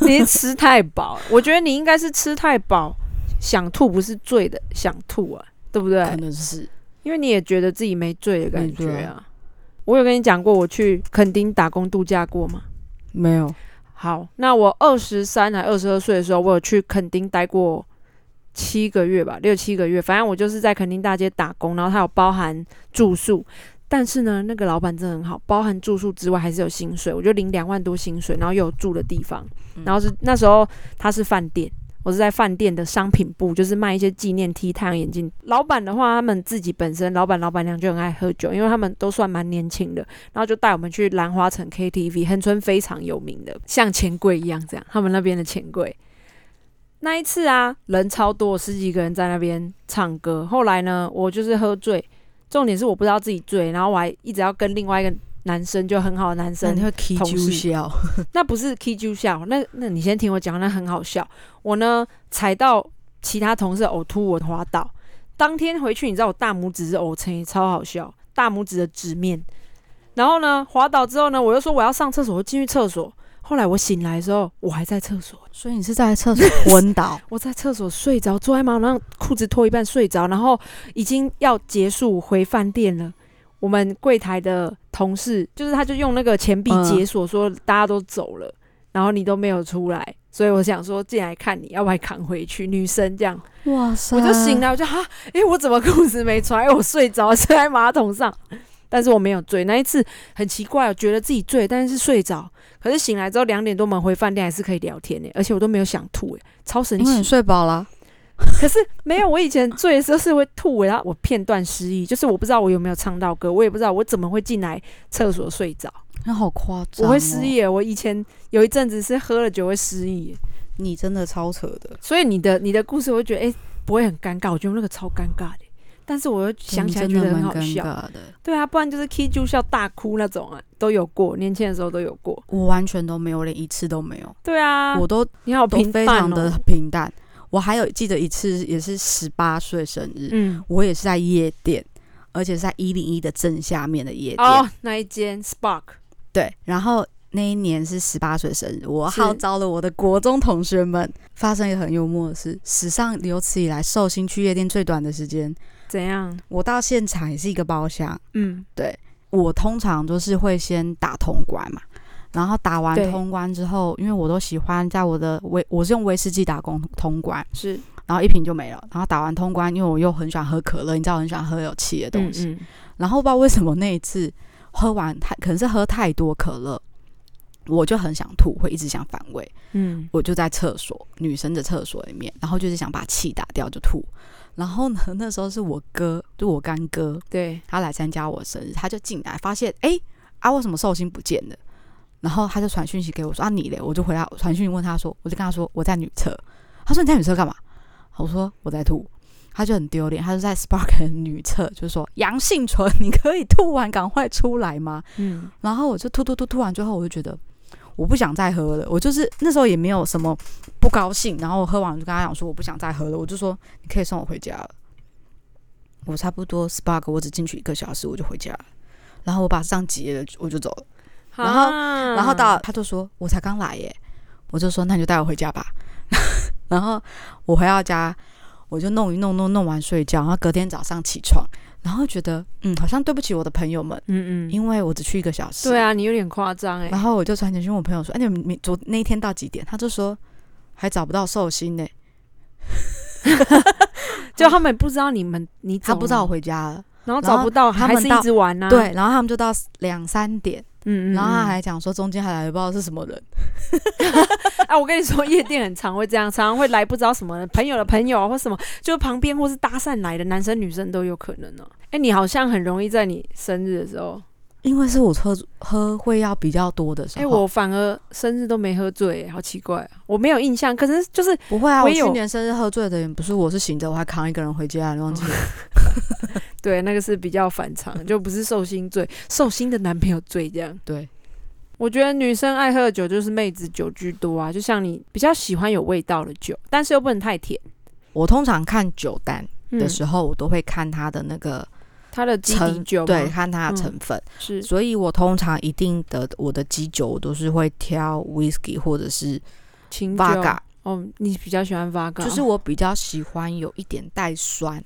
Speaker 1: 你是吃太饱，啊我觉得你应该是吃太饱，想吐不是醉的想吐啊，对不对
Speaker 3: 可？能是
Speaker 1: 因为你也觉得自己没醉的感觉
Speaker 3: 没醉
Speaker 1: 啊。我有跟你讲过我去垦丁打工度假过吗？
Speaker 3: 没有。
Speaker 1: 好，那我二十三还二十二岁的时候，我有去垦丁待过七个月吧，六七个月，反正我就是在垦丁大街打工，然后它有包含住宿。但是呢，那个老板真的很好，包含住宿之外还是有薪水，我就领两万多薪水，然后又有住的地方，然后是那时候他是饭店，我是在饭店的商品部，就是卖一些纪念 T、太阳眼镜。老板的话，他们自己本身老板老板娘就很爱喝酒，因为他们都算蛮年轻的，然后就带我们去兰花城 KTV，恒春非常有名的，像钱柜一样这样，他们那边的钱柜。那一次啊，人超多，十几个人在那边唱歌。后来呢，我就是喝醉，重点是我不知道自己醉，然后我还一直要跟另外一个男生，就很好的男
Speaker 3: 那
Speaker 1: 生
Speaker 3: 你，会 K
Speaker 1: 同
Speaker 3: 住
Speaker 1: 事
Speaker 3: 笑，
Speaker 1: 那不是 K 就笑，那那你先听我讲，那很好笑。我呢踩到其他同事的呕吐，我滑倒。当天回去，你知道我大拇指是呕成，超好笑，大拇指的直面。然后呢，滑倒之后呢，我又说我要上厕所，我进去厕所。后来我醒来的时候，我还在厕所，
Speaker 3: 所以你是在厕所昏倒，
Speaker 1: 我在厕所睡着，坐在马桶上，裤子脱一半睡着，然后已经要结束回饭店了。我们柜台的同事就是他，就用那个钱币
Speaker 3: 嗯
Speaker 1: 解锁，说大家都走了，然后你都没有出来，所以我想说进来看你，要不然扛回去。女生这 样，
Speaker 3: 哇塞
Speaker 1: 我就醒，来，我就哈，诶、我怎么裤子没穿？诶、我睡着，睡在马桶上，但是我没有醉。那一次很奇怪，我觉得自己醉，但是睡着。可是醒来之后两点多，我们回饭店还是可以聊天呢、而且我都没有想吐、诶，超神
Speaker 3: 因为
Speaker 1: 奇
Speaker 3: 你。睡饱了，
Speaker 1: 可是没有，我以前醉的时候是会吐，然后我片段失忆，就是我不知道我有没有唱到歌，我也不知道我怎么会进来厕所睡着，
Speaker 3: 那好夸
Speaker 1: 我
Speaker 3: 张，哦
Speaker 1: 会失，忆耶。我以前有一阵子是喝了酒会失忆耶，
Speaker 3: 你真的超扯的，
Speaker 1: 所以你的你的故事，我会觉得哎、诶不会很尴尬，我觉得那个超尴尬的。但是我又想起来
Speaker 3: 你
Speaker 1: 觉
Speaker 3: 嗯真
Speaker 1: 得
Speaker 3: 的
Speaker 1: 很
Speaker 3: 蛮
Speaker 1: 好
Speaker 3: 尴
Speaker 1: 笑，
Speaker 3: 尬的，
Speaker 1: 对啊，不然就是 K 就笑大哭那种啊，都有过，年轻的时候都有过，
Speaker 3: 我完全都没有，连一次都没有，
Speaker 1: 对啊，
Speaker 3: 我都
Speaker 1: 你好
Speaker 3: 都
Speaker 1: 平
Speaker 3: 非
Speaker 1: 淡
Speaker 3: 常
Speaker 1: 哦、
Speaker 3: 的平淡。我还有记得一次，也是十八岁生日，
Speaker 1: 嗯，
Speaker 3: 我也是在夜店，而且是在一零一的正下面的夜
Speaker 1: 哦
Speaker 3: 店，，
Speaker 1: 那一间 Spark，
Speaker 3: 对，然后。那一年是十八岁生日，我
Speaker 1: 是
Speaker 3: 号召了我的国中同学们，发生一个很幽默的事，史上有史以来寿星去夜店最短的时间，
Speaker 1: 怎样？
Speaker 3: 我到现场也是一个包厢，
Speaker 1: 嗯
Speaker 3: 我通常都是会先打通关嘛，然后打完
Speaker 1: 对
Speaker 3: 通关之后，因为我都喜欢在我的威，我是用威士忌打工通关，
Speaker 1: 是
Speaker 3: 然后一瓶就没了。然后打完通关，因为我又很喜欢喝可乐，你知道我很喜欢喝有气的东
Speaker 1: 嗯
Speaker 3: 西。
Speaker 1: 嗯，
Speaker 3: 然后不知道为什么那一次喝完太可能是喝太多可乐，我就很想吐，会一直想反胃。
Speaker 1: 嗯，
Speaker 3: 我就在厕所女生的厕所里面，然后就是想把气打掉就吐。然后呢， 那时候是我哥，就我干哥，
Speaker 1: 对，
Speaker 3: 他来参加我生日，他就进来发现，哎、啊，为什么寿星不见了？然后他就传讯息给我说啊你嘞，我就回他传讯问他说，我就跟他说我在女厕，他说你在女厕干嘛？我说我在吐，他就很丢脸，他就在 Spark 的女厕就说杨幸存，你可以吐完赶快出来吗？
Speaker 1: 嗯，
Speaker 3: 然后我就吐吐吐吐完之后，我就觉得我不想再喝了。我就是那时候也没有什么不高兴，然后我喝完我就跟他讲说我不想再喝了，我就说你可以送我回家了。我差不多 Spark，我只进去一个小时我就回家了，然后我把账结了我就走了。然后
Speaker 1: 啊
Speaker 3: 然后到他就说我才刚来耶，我就说那你就带我回家吧。 然后我回到家，我就弄一弄弄弄完睡觉，然后隔天早上起床，然后觉得嗯好像对不起我的朋友们，
Speaker 1: 嗯嗯，
Speaker 3: 因为我只去一个小时。
Speaker 1: 对啊，嗯你有点夸张哎，
Speaker 3: 然后我就传简讯问我朋友说：“哎、你们明昨那一天到几点？”他就说还找不到寿星呢、
Speaker 1: 哦就他们不知道你们你
Speaker 3: 他
Speaker 1: 走
Speaker 3: 不知道我
Speaker 1: 了，
Speaker 3: 回家了。
Speaker 1: 然后
Speaker 3: 然
Speaker 1: 找
Speaker 3: 后
Speaker 1: 不到，
Speaker 3: 他
Speaker 1: 还
Speaker 3: 们
Speaker 1: 是
Speaker 3: 到
Speaker 1: 一直玩呐，
Speaker 3: 对，然后他们就到两三点，
Speaker 1: 啊嗯，嗯嗯，
Speaker 3: 然后他还讲说中间还来不知道是什么人，
Speaker 1: 啊，我跟你说，夜店很常会这样，常常会来不知道什么朋友的朋友啊或什么，就旁边或是搭讪来的男生女生都有可能哦、哎、你好像很容易在你生日的时候，
Speaker 3: 因为是我喝喝会要比较多的时
Speaker 1: 哎、
Speaker 3: 候。
Speaker 1: 我反而生日都没喝醉、好奇怪、啊，我没有印象。可是就是
Speaker 3: 不会啊，
Speaker 1: 我
Speaker 3: 我
Speaker 1: 也有
Speaker 3: 去年生日喝醉的人不是我是醒着，我还扛一个人回家，你忘记
Speaker 1: 哦
Speaker 3: 了？
Speaker 1: 对那个是比较反常，就不是寿星醉，寿星的男朋友醉这样。
Speaker 3: 对，
Speaker 1: 我觉得女生爱喝的酒就是妹子酒居多啊，就像你比较喜欢有味道的酒，但是又不能太甜。
Speaker 3: 我通常看酒单
Speaker 1: 嗯
Speaker 3: 的，时候，我都会看它的那个
Speaker 1: 它的基底
Speaker 3: 成
Speaker 1: 酒
Speaker 3: 对，
Speaker 1: 吗
Speaker 3: 看它的
Speaker 1: 嗯
Speaker 3: 成分。
Speaker 1: 是
Speaker 3: 所以我通常一定的我的基酒，我都是会挑 whisky 或者是
Speaker 1: 清酒
Speaker 3: vodka。
Speaker 1: 哦，你比较喜欢哦 Vaga，
Speaker 3: 就是我比较喜欢有一点带酸，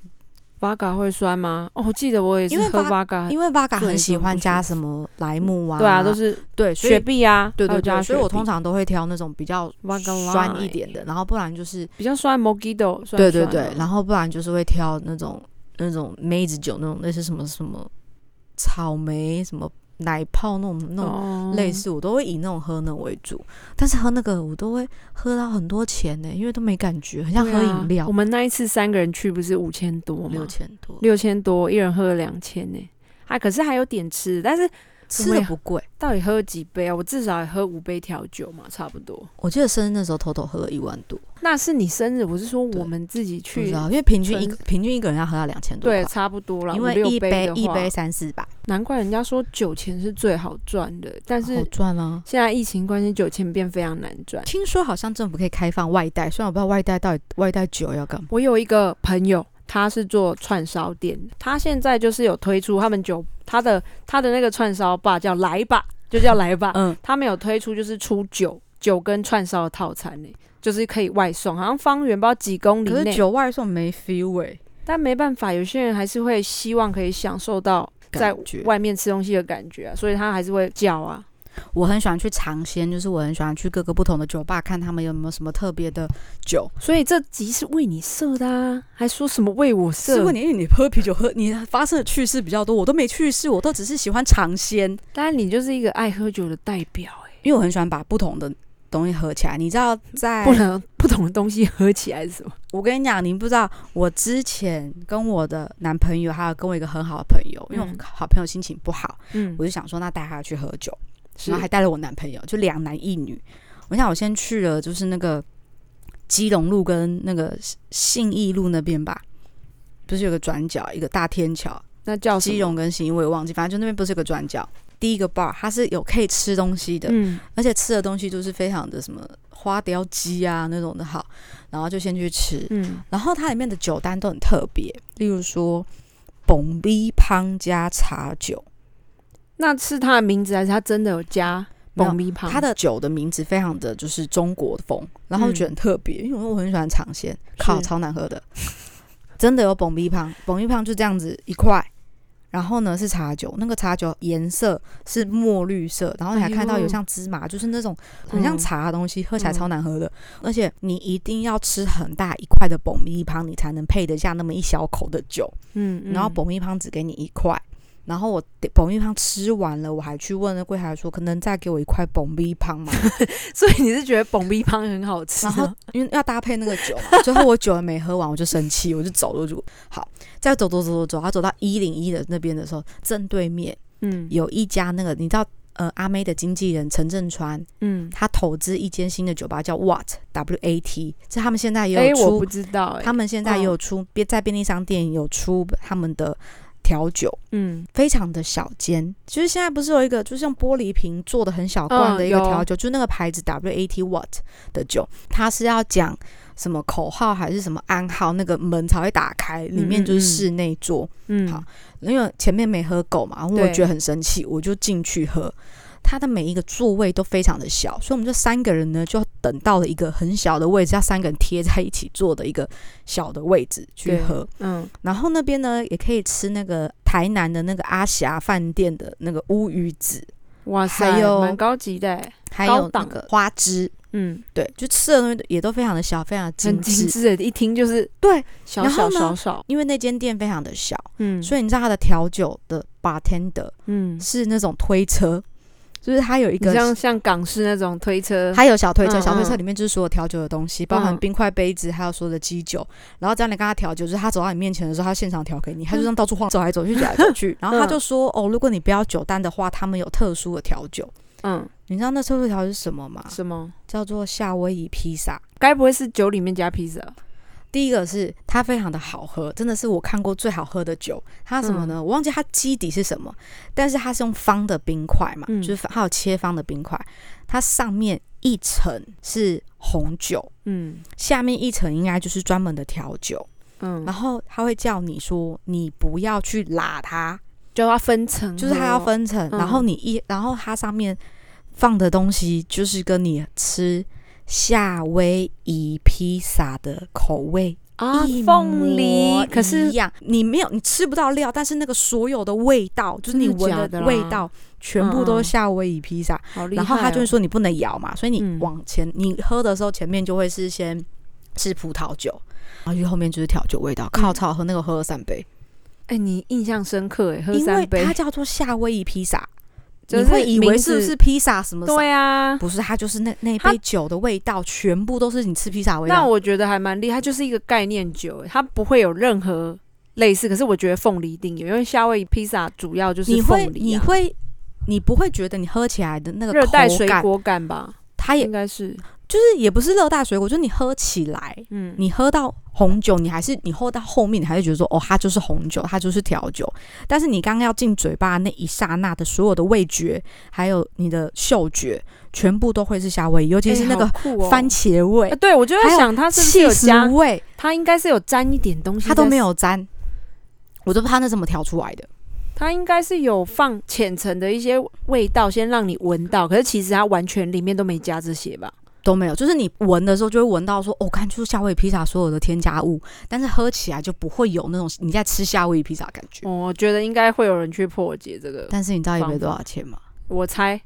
Speaker 1: 八嘎会酸吗？哦，我记得我也是
Speaker 3: 因为
Speaker 1: 喝
Speaker 3: 八
Speaker 1: 八嘎，
Speaker 3: 因为 v 嘎
Speaker 1: 对
Speaker 3: 很喜欢
Speaker 1: 不
Speaker 3: 加
Speaker 1: 舒
Speaker 3: 什么莱姆啊，
Speaker 1: 对啊，都是
Speaker 3: 对，所
Speaker 1: 雪
Speaker 3: 以
Speaker 1: 碧啊，
Speaker 3: 对
Speaker 1: 还有
Speaker 3: 对
Speaker 1: 加
Speaker 3: 对，所以
Speaker 1: 雪
Speaker 3: 我通
Speaker 1: 碧
Speaker 3: 常都会挑那种比较
Speaker 1: Vodka
Speaker 3: 酸一点的，然后不然就是
Speaker 1: 比较酸 Mojito，酸
Speaker 3: 对对
Speaker 1: 酸的
Speaker 3: 对，然后不然就是会挑那种那种梅子酒那种类似什么什么草莓什么奶泡那种那种
Speaker 1: 哦
Speaker 3: 类似，我都会以那种喝那种为主，但是喝那个我都会喝到很多钱呢，因为都没感觉，很像
Speaker 1: 对
Speaker 3: 喝
Speaker 1: 啊
Speaker 3: 饮料
Speaker 1: 我，们那一次三个人去不是五千多
Speaker 3: 六
Speaker 1: 吗？
Speaker 3: 千多，
Speaker 1: 六千多，一人喝了两千呢。啊，可是还有点吃，但是
Speaker 3: 吃的不贵。
Speaker 1: 到底喝了几杯啊？我至少也喝五杯调酒嘛，差不多。
Speaker 3: 我记得生日那时候偷偷喝了一万多，
Speaker 1: 那是你生日，我是说
Speaker 3: 对
Speaker 1: 我们自己
Speaker 3: 不知
Speaker 1: 去，
Speaker 3: 道，因为平均一
Speaker 1: 存
Speaker 3: 平均一个人要喝到两千多
Speaker 1: 对，
Speaker 3: 块，
Speaker 1: 差不多了。
Speaker 3: 因
Speaker 1: 五
Speaker 3: 为
Speaker 1: 六
Speaker 3: 一
Speaker 1: 杯
Speaker 3: 杯
Speaker 1: 的
Speaker 3: 一
Speaker 1: 话
Speaker 3: 杯三四百，
Speaker 1: 难怪人家说酒钱是最好赚的，但是
Speaker 3: 好赚啊！
Speaker 1: 现在疫情关系，酒钱变非常难赚。
Speaker 3: 听说好像政府可以开放外带，虽然我不知道外带到底外带酒要干嘛。
Speaker 1: 我有一个朋友，他是做串烧店的，他现在就是有推出他们酒，他的他的那个串烧吧叫来吧，就叫来吧，
Speaker 3: 嗯，
Speaker 1: 他们有推出就是出酒酒跟串烧的套餐呢、就是可以外送，好像方圆不知道几公里
Speaker 3: 可是
Speaker 1: 内，
Speaker 3: 酒外送没 feel 哎，
Speaker 1: 但没办法，有些人还是会希望可以享受到在
Speaker 3: 感觉
Speaker 1: 外面吃东西的感觉啊，所以他还是会叫啊。
Speaker 3: 我很喜欢去尝鲜，就是我很喜欢去各个不同的酒吧看他们有没有什么特别的酒。
Speaker 1: 所以这集是为你设的啊，还说什么为我设？
Speaker 3: 是问你，因为你喝啤酒喝，你发生的趣事比较多，我都没趣事，我都只是喜欢尝鲜，
Speaker 1: 当然，你就是一个爱喝酒的代表、欸，
Speaker 3: 因为我很喜欢把不同的东西合起来。你知道在，
Speaker 1: 不能 不同的东西合起来是什么？
Speaker 3: 我跟你讲，你不知道，我之前跟我的男朋友，还有跟我一个很好的朋友，因为
Speaker 1: 嗯
Speaker 3: 我好朋友心情不好，
Speaker 1: 嗯
Speaker 3: 我就想说，那带他去喝酒，
Speaker 1: 是
Speaker 3: 然后还带了我男朋友，就两男一女。我想我先去了，就是那个基隆路跟那个信义路那边吧，不是有个转角，一个大天桥，
Speaker 1: 那叫什么
Speaker 3: 基隆跟新义我也忘记，反正就那边不是有个转角。第一个 bar 它是有可以吃东西的，
Speaker 1: 嗯
Speaker 3: 而且吃的东西就是非常的什么花雕鸡啊那种的好，然后就先去吃。
Speaker 1: 嗯
Speaker 3: 然后它里面的酒单都很特别，例如说蹦逼汤加茶酒，
Speaker 1: 那是他的名字还是他真的有加
Speaker 3: 没有
Speaker 1: 蹦米旁？
Speaker 3: 它的酒的名字非常的就是中国风，然后我觉得很特
Speaker 1: 嗯
Speaker 3: 别，因为我很喜欢尝鲜， 靠，超难喝的，真的有蹦逼汤，蹦逼汤就这样子一块，然后呢是茶酒，那个茶酒颜色是墨绿色，然后你还看到
Speaker 1: 哎呦嗯
Speaker 3: 有像芝麻，就是那种很像茶的东西，喝起来超难喝的。而且你一定要吃很大一块的爆米汤，你才能配得下那么一小口的酒。
Speaker 1: 嗯，嗯
Speaker 3: 然 后爆米汤只给你一块。然后我爆米汤吃完了，我还去问那柜台说，可能再给我一块爆米汤 嘛？
Speaker 1: 所以你是觉得蹦逼汤很好吃
Speaker 3: 然
Speaker 1: 吗，
Speaker 3: 后因为要搭配那个酒嘛，最后我酒还没喝完，我就生气，我就走了。我就好，再走走走走走，他走到一零一的那边的时候，正对面
Speaker 1: 嗯
Speaker 3: 有一家那个你知道，呃，阿妹的经纪人陈振川，
Speaker 1: 嗯，
Speaker 3: 他投资一间新的酒吧叫 What W A T，这他们现在也
Speaker 1: 哎，
Speaker 3: 有
Speaker 1: 我
Speaker 3: 出，
Speaker 1: 不知道哎，
Speaker 3: 他们现在也有出便在便利商店有出他们的调酒。
Speaker 1: 嗯
Speaker 3: 非常的小间，就是现在不是有一个就是用玻璃瓶做的很小罐的一个
Speaker 1: 嗯有
Speaker 3: 调酒，就那个牌子 W A T What 的酒，它是要讲什么口号还是什么暗号，那个门才会打开，里面就是室内桌。
Speaker 1: 嗯，
Speaker 3: 好因为前面没喝够嘛，然后我
Speaker 1: 对
Speaker 3: 觉得很生气，我就进去喝。它的每一个座位都非常的小，所以我们就三个人呢，就等到了一个很小的位置，要三个人贴在一起坐的一个小的位置去
Speaker 1: 对
Speaker 3: 喝。
Speaker 1: 嗯
Speaker 3: 然后那边呢，也可以吃那个台南的那个阿霞饭店的那个乌鱼子，
Speaker 1: 哇塞，
Speaker 3: 还有
Speaker 1: 蛮高级的欸，
Speaker 3: 还
Speaker 1: 高
Speaker 3: 有那
Speaker 1: 档
Speaker 3: 个花枝，
Speaker 1: 嗯，
Speaker 3: 对，就吃的东西也都非常的小，非常的
Speaker 1: 很
Speaker 3: 精
Speaker 1: 精
Speaker 3: 致。
Speaker 1: 致的，一听就是
Speaker 3: 对，
Speaker 1: 小
Speaker 3: 然
Speaker 1: 小
Speaker 3: 后呢
Speaker 1: 小小，
Speaker 3: 因为那间店非常的小，
Speaker 1: 嗯，
Speaker 3: 所以你知道它的调酒的 bartender
Speaker 1: 嗯，
Speaker 3: 是那种推车，就是它有一
Speaker 1: 你像
Speaker 3: 个。
Speaker 1: 像港式那种推车，
Speaker 3: 它有小推
Speaker 1: 嗯
Speaker 3: 车，
Speaker 1: 嗯
Speaker 3: 小推车里面就是所有调酒的东西，包含
Speaker 1: 嗯
Speaker 3: 冰块、杯子，还有所有的基酒。然后这样你跟他调酒，就是他走到你面前的时候，他现场调给你，他就这样到处晃，走来走去，走来走 去。然后他就说：“哦，如果你不要酒单的话，他们有特殊的调酒。”
Speaker 1: 嗯，
Speaker 3: 你知道那臭豆条是什么吗？
Speaker 1: 什么？
Speaker 3: 叫做夏威夷披萨。
Speaker 1: 该不会是酒里面加披萨？
Speaker 3: 第一个是它非常的好喝，真的是我看过最好喝的酒。它什么
Speaker 1: 嗯
Speaker 3: 呢？我忘记它基底是什么，但是它是用方的冰块嘛，
Speaker 1: 嗯
Speaker 3: 就是它有切方的冰块，它上面一层是红酒，
Speaker 1: 嗯
Speaker 3: 下面一层应该就是专门的调酒。
Speaker 1: 嗯
Speaker 3: 然，后他会叫你说，你不要去拉它，
Speaker 1: 就要分层，
Speaker 3: 就是它要，分层，
Speaker 1: 嗯
Speaker 3: 然后你一，然后它上面放的东西就是跟你吃夏威夷披萨的口味
Speaker 1: 啊
Speaker 3: 一，
Speaker 1: 凤梨
Speaker 3: 模，
Speaker 1: 可是
Speaker 3: 一样，你没有，你吃不到料，但是那个所有的味道，就是你
Speaker 1: 真的
Speaker 3: 闻
Speaker 1: 假的啦
Speaker 3: 味道，全部都
Speaker 1: 嗯嗯
Speaker 3: 是夏威夷披萨。
Speaker 1: 好厉害
Speaker 3: 然
Speaker 1: 哦，
Speaker 3: 后他就会说你不能摇嘛，所以你
Speaker 1: 嗯
Speaker 3: 往前，你喝的时候前面就会是先吃葡萄酒，然后就后面就是调酒味道。
Speaker 1: 嗯
Speaker 3: 靠，超好喝，那个喝了三杯，
Speaker 1: 哎，你印象深刻哎，喝
Speaker 3: 因为
Speaker 1: 三杯
Speaker 3: 它，叫做夏威夷披萨。
Speaker 1: 就
Speaker 3: 你会以为
Speaker 1: 名
Speaker 3: 是不
Speaker 1: 字
Speaker 3: 是披萨什么？，
Speaker 1: 对啊，
Speaker 3: 不是，它就是那那一
Speaker 1: 它
Speaker 3: 杯酒的味道，全部都是你吃披萨的味
Speaker 1: 那
Speaker 3: 道。
Speaker 1: 我觉得还蛮厉害，它就是一个概念酒，它不会有任何类似。可是我觉得凤梨一定有，因为夏威夷披萨主要就是
Speaker 3: 你会
Speaker 1: 凤梨、
Speaker 3: 你
Speaker 1: 啊，
Speaker 3: 会你不会觉得你喝起来的那个
Speaker 1: 热带
Speaker 3: 口
Speaker 1: 水
Speaker 3: 感，
Speaker 1: 果嗯感吧，
Speaker 3: 它也
Speaker 1: 应该是，
Speaker 3: 就是也不是热带水果，就是你喝起来，
Speaker 1: 嗯，
Speaker 3: 你喝到红酒，你还是你喝到后面，你还是觉得说哦，它就是红酒，它就是调酒。但是你刚刚要进嘴巴的那一刹那的所有的味觉，还有你的嗅觉，全部都会是夏威夷，尤其是那
Speaker 1: 哎
Speaker 3: 个
Speaker 1: 好酷哦
Speaker 3: 番茄味
Speaker 1: 啊，、对我就在
Speaker 3: 还有
Speaker 1: 想它是不是
Speaker 3: 气
Speaker 1: 有
Speaker 3: 死
Speaker 1: 加，
Speaker 3: 味，
Speaker 1: 它应该是有沾一点东西，
Speaker 3: 它都没，有沾。我都不知道它那怎么调出来的。
Speaker 1: 它应该是有放浅层的一些味道，先让你闻到。可是其实它完全里面都没加这些吧？
Speaker 3: 都没有，就是你闻的时候就会闻到说，哦，看就是夏威夷披萨所有的添加物，但是喝起来就不会有那种你在吃夏威夷披萨的感觉。
Speaker 1: 哦我觉得应该会有人去破解这个，
Speaker 3: 但是你知道一杯多少钱吗？
Speaker 1: 我猜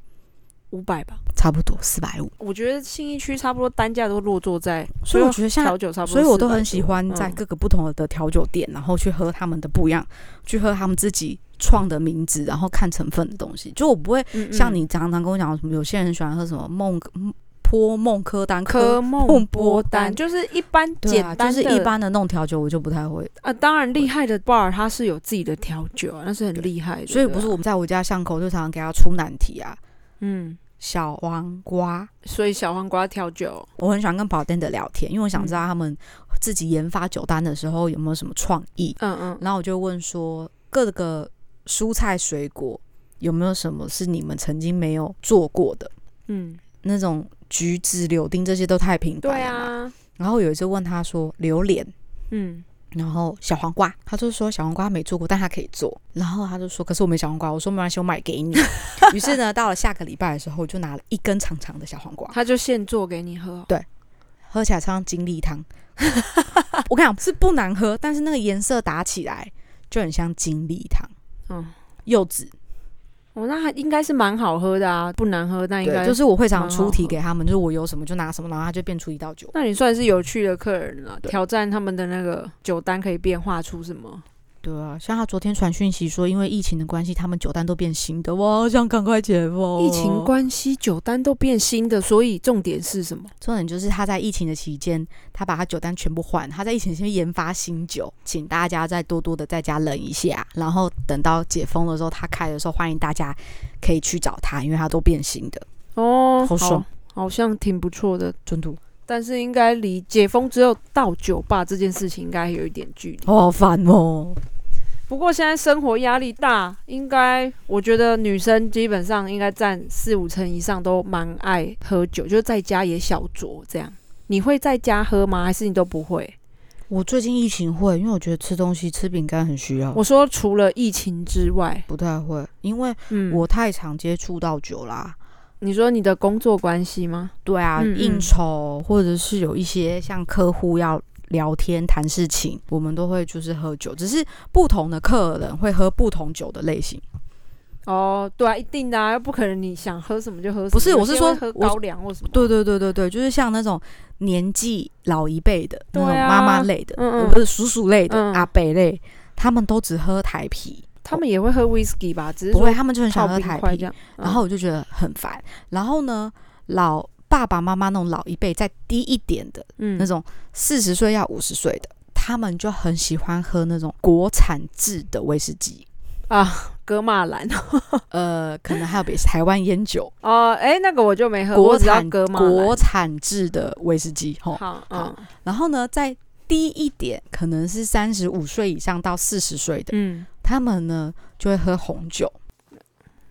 Speaker 1: 五百吧。
Speaker 3: 差不多四百五。
Speaker 1: 我觉得信义区差不多单价都落座在
Speaker 3: 所以我觉得现在
Speaker 1: 啊调酒差不多，
Speaker 3: 所以我都很喜欢
Speaker 1: 嗯
Speaker 3: 在各个不同的调酒店，然后去喝他们的不一样，去喝他们自己创的名字，然后看成分的东西。就我不会
Speaker 1: 嗯嗯
Speaker 3: 像你常常跟我讲，什么有些人喜欢喝什么孟坡孟科丹
Speaker 1: 科
Speaker 3: 科。
Speaker 1: 梦
Speaker 3: 孟
Speaker 1: 波
Speaker 3: 波
Speaker 1: 丹，
Speaker 3: 丹
Speaker 1: 就是一般
Speaker 3: 对
Speaker 1: 简
Speaker 3: 啊，就
Speaker 1: 单
Speaker 3: 是
Speaker 1: 的，
Speaker 3: 一般的那种调酒，我就不太会。
Speaker 1: 啊。当然厉害的 bar 它是有自己的调酒啊，那是很厉害的。
Speaker 3: 所以不是
Speaker 1: 对啊
Speaker 3: 我们在我家巷口就常常给他出难题啊，
Speaker 1: 嗯，
Speaker 3: 小黄瓜。
Speaker 1: 所以小黄瓜调酒，
Speaker 3: 我很喜欢跟 bartender 聊天，因为我想知道他们自己研发酒单的时候有没有什么创意。
Speaker 1: 嗯嗯，
Speaker 3: 然后我就问说，各个蔬菜水果有没有什么是你们曾经没有做过的？
Speaker 1: 嗯，
Speaker 3: 那种橘子、柳丁这些都太平
Speaker 1: 对
Speaker 3: 凡了嘛。
Speaker 1: 啊，
Speaker 3: 然后有一次问他说榴莲，
Speaker 1: 嗯，
Speaker 3: 然后小黄瓜，他就说小黄瓜没做过，但他可以做。然后他就说，可是我没小黄瓜，我说没关系，我买给 你。于是呢，到了下个礼拜的时候，我就拿了一根长长的小黄瓜，
Speaker 1: 他就现做给你喝，
Speaker 3: 喝起来像精力 汤。我跟你讲是不难喝，但是那个颜色打起来就很像精力汤。
Speaker 1: 嗯，
Speaker 3: 柚子，
Speaker 1: 哦，那还应该是蛮好喝的啊，不难喝，那应
Speaker 3: 对，嗯
Speaker 1: 该
Speaker 3: 就是我会常
Speaker 1: 蛮
Speaker 3: 出
Speaker 1: 好
Speaker 3: 题
Speaker 1: 喝
Speaker 3: 给他们，就是我有什么就拿什么，然后他就变出一道酒。
Speaker 1: 那你算是有趣的客人了，
Speaker 3: 对
Speaker 1: 挑战他们的那个酒单可以变化出什么？
Speaker 3: 对啊，像他昨天传讯息说，因为疫情的关系，他们酒单都变新的，我好想赶快解封。
Speaker 1: 疫情关系，酒单都变新的，所以重点是什么？
Speaker 3: 重点就是他在疫情的期间，他把他酒单全部换，他在疫情期间研发新酒，请大家再多多的在家冷一下，然后等到解封的时候，他开的时候，欢迎大家可以去找他，因为他都变新的，
Speaker 1: 哦，
Speaker 3: 好爽
Speaker 1: 好像挺不错的。
Speaker 3: 真的。
Speaker 1: 但是应该离解封之后到酒吧这件事情应该有一点距离。
Speaker 3: 好烦哦！
Speaker 1: 不过现在生活压力大，应该我觉得女生基本上应该占四五成以上都蛮爱喝酒，就是在家也小酌这样。你会在家喝吗？还是你都不会？
Speaker 3: 我最近疫情会，因为我觉得吃东西吃饼干很需要，
Speaker 1: 我说除了疫情之外，
Speaker 3: 不太会，因为
Speaker 1: 嗯，
Speaker 3: 我太常接触到酒啦。
Speaker 1: 你说你的工作关系吗？
Speaker 3: 对啊，
Speaker 1: 嗯嗯
Speaker 3: 应酬或者是有一些像客户要聊天谈事情，我们都会就是喝酒，只是不同的客人会喝不同酒的类型。
Speaker 1: 哦，对啊，一定的啊，又不可能你想喝什么就喝什么。
Speaker 3: 不是
Speaker 1: 有
Speaker 3: 我是
Speaker 1: 些会
Speaker 3: 说
Speaker 1: 喝
Speaker 3: 我
Speaker 1: 高粱或什么。
Speaker 3: 对对对对对，就是像那种年纪老一辈的、那种
Speaker 1: 对啊
Speaker 3: 妈妈类的，
Speaker 1: 嗯嗯
Speaker 3: 呃不是叔叔类的、
Speaker 1: 嗯
Speaker 3: 阿伯类，他们都只喝台啤，
Speaker 1: 他们也会喝 whisky 吧？只是
Speaker 3: 不
Speaker 1: 说
Speaker 3: 会，他们就很
Speaker 1: 泡
Speaker 3: 想喝
Speaker 1: 冰
Speaker 3: 台
Speaker 1: 块
Speaker 3: 啤
Speaker 1: 这。样。嗯
Speaker 3: 然后我就觉得很烦。然后呢，老爸爸妈妈那种老一辈再低一点的
Speaker 1: 嗯
Speaker 3: 那种四十岁要五十岁的，他们就很喜欢喝那种国产制的威士忌，
Speaker 1: 啊，格马兰
Speaker 3: 呃，可能还有比台湾烟酒，
Speaker 1: 哦，哎，那个我就没喝，
Speaker 3: 国
Speaker 1: 我只要
Speaker 3: 产
Speaker 1: 格马
Speaker 3: 国
Speaker 1: 兰。
Speaker 3: 产制的威士忌吼。
Speaker 1: 好，嗯
Speaker 3: 好然后呢，再低一点，可能是三十五岁以上到四十岁的，
Speaker 1: 嗯，
Speaker 3: 他们呢就会喝红酒，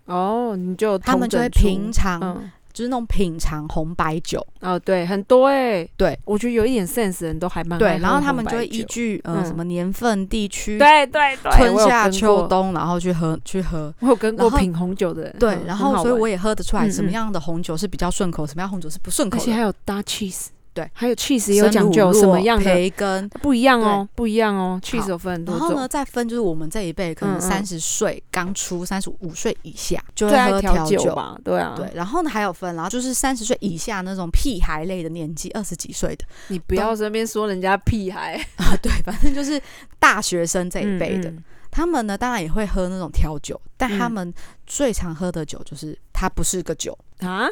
Speaker 1: 哦，你就有
Speaker 3: 他们
Speaker 1: 同
Speaker 3: 就会
Speaker 1: 整出
Speaker 3: 品尝，
Speaker 1: 嗯，
Speaker 3: 就是那种品尝红白酒。
Speaker 1: 哦，对，很多哎，
Speaker 3: 对，
Speaker 1: 我觉得有一点 sense 的人都还蛮爱
Speaker 3: 对，
Speaker 1: 喝
Speaker 3: 然后他
Speaker 1: 嗯红
Speaker 3: 们
Speaker 1: 白
Speaker 3: 就会依
Speaker 1: 酒
Speaker 3: 据呃
Speaker 1: 嗯
Speaker 3: 什么年份、地区、
Speaker 1: 对对对，
Speaker 3: 春
Speaker 1: 我有
Speaker 3: 夏
Speaker 1: 跟
Speaker 3: 秋
Speaker 1: 过，
Speaker 3: 冬，然后去喝去喝。
Speaker 1: 我有跟过
Speaker 3: 然后
Speaker 1: 品红酒的人，
Speaker 3: 对，
Speaker 1: 嗯
Speaker 3: 然
Speaker 1: 很
Speaker 3: 后
Speaker 1: 好
Speaker 3: 所以
Speaker 1: 玩
Speaker 3: 我也喝得出来
Speaker 1: 嗯
Speaker 3: 什
Speaker 1: 嗯
Speaker 3: 么样的红酒是比较顺口，什么样红酒是不顺
Speaker 1: 而
Speaker 3: 口
Speaker 1: 且
Speaker 3: 的。
Speaker 1: 还有搭 cheese，
Speaker 3: 对，
Speaker 1: 还有 cheese 也
Speaker 3: 生
Speaker 1: 有讲
Speaker 3: 乳
Speaker 1: 究，
Speaker 3: 酪
Speaker 1: 什么样的
Speaker 3: 培根？
Speaker 1: 不一样哦，不一样哦，cheese 有分很多
Speaker 3: 然后呢，
Speaker 1: 种。
Speaker 3: 再分就是我们这一辈
Speaker 1: 嗯
Speaker 3: 可能
Speaker 1: 嗯
Speaker 3: 三十岁刚出，三十五岁以下就
Speaker 1: 最
Speaker 3: 会
Speaker 1: 爱
Speaker 3: 喝
Speaker 1: 调
Speaker 3: 调
Speaker 1: 酒。吧，对啊，
Speaker 3: 对，然后呢还有分，然后就是三十岁以下那种屁孩类的年纪，二十几岁 的，
Speaker 1: 你不要身边说人家屁 孩
Speaker 3: 啊，对，反正就是大学生这一辈的，
Speaker 1: 嗯嗯
Speaker 3: 他们呢，当然也会喝那种调酒，但他
Speaker 1: 嗯
Speaker 3: 们最常喝的酒就是它不是个酒，
Speaker 1: 啊，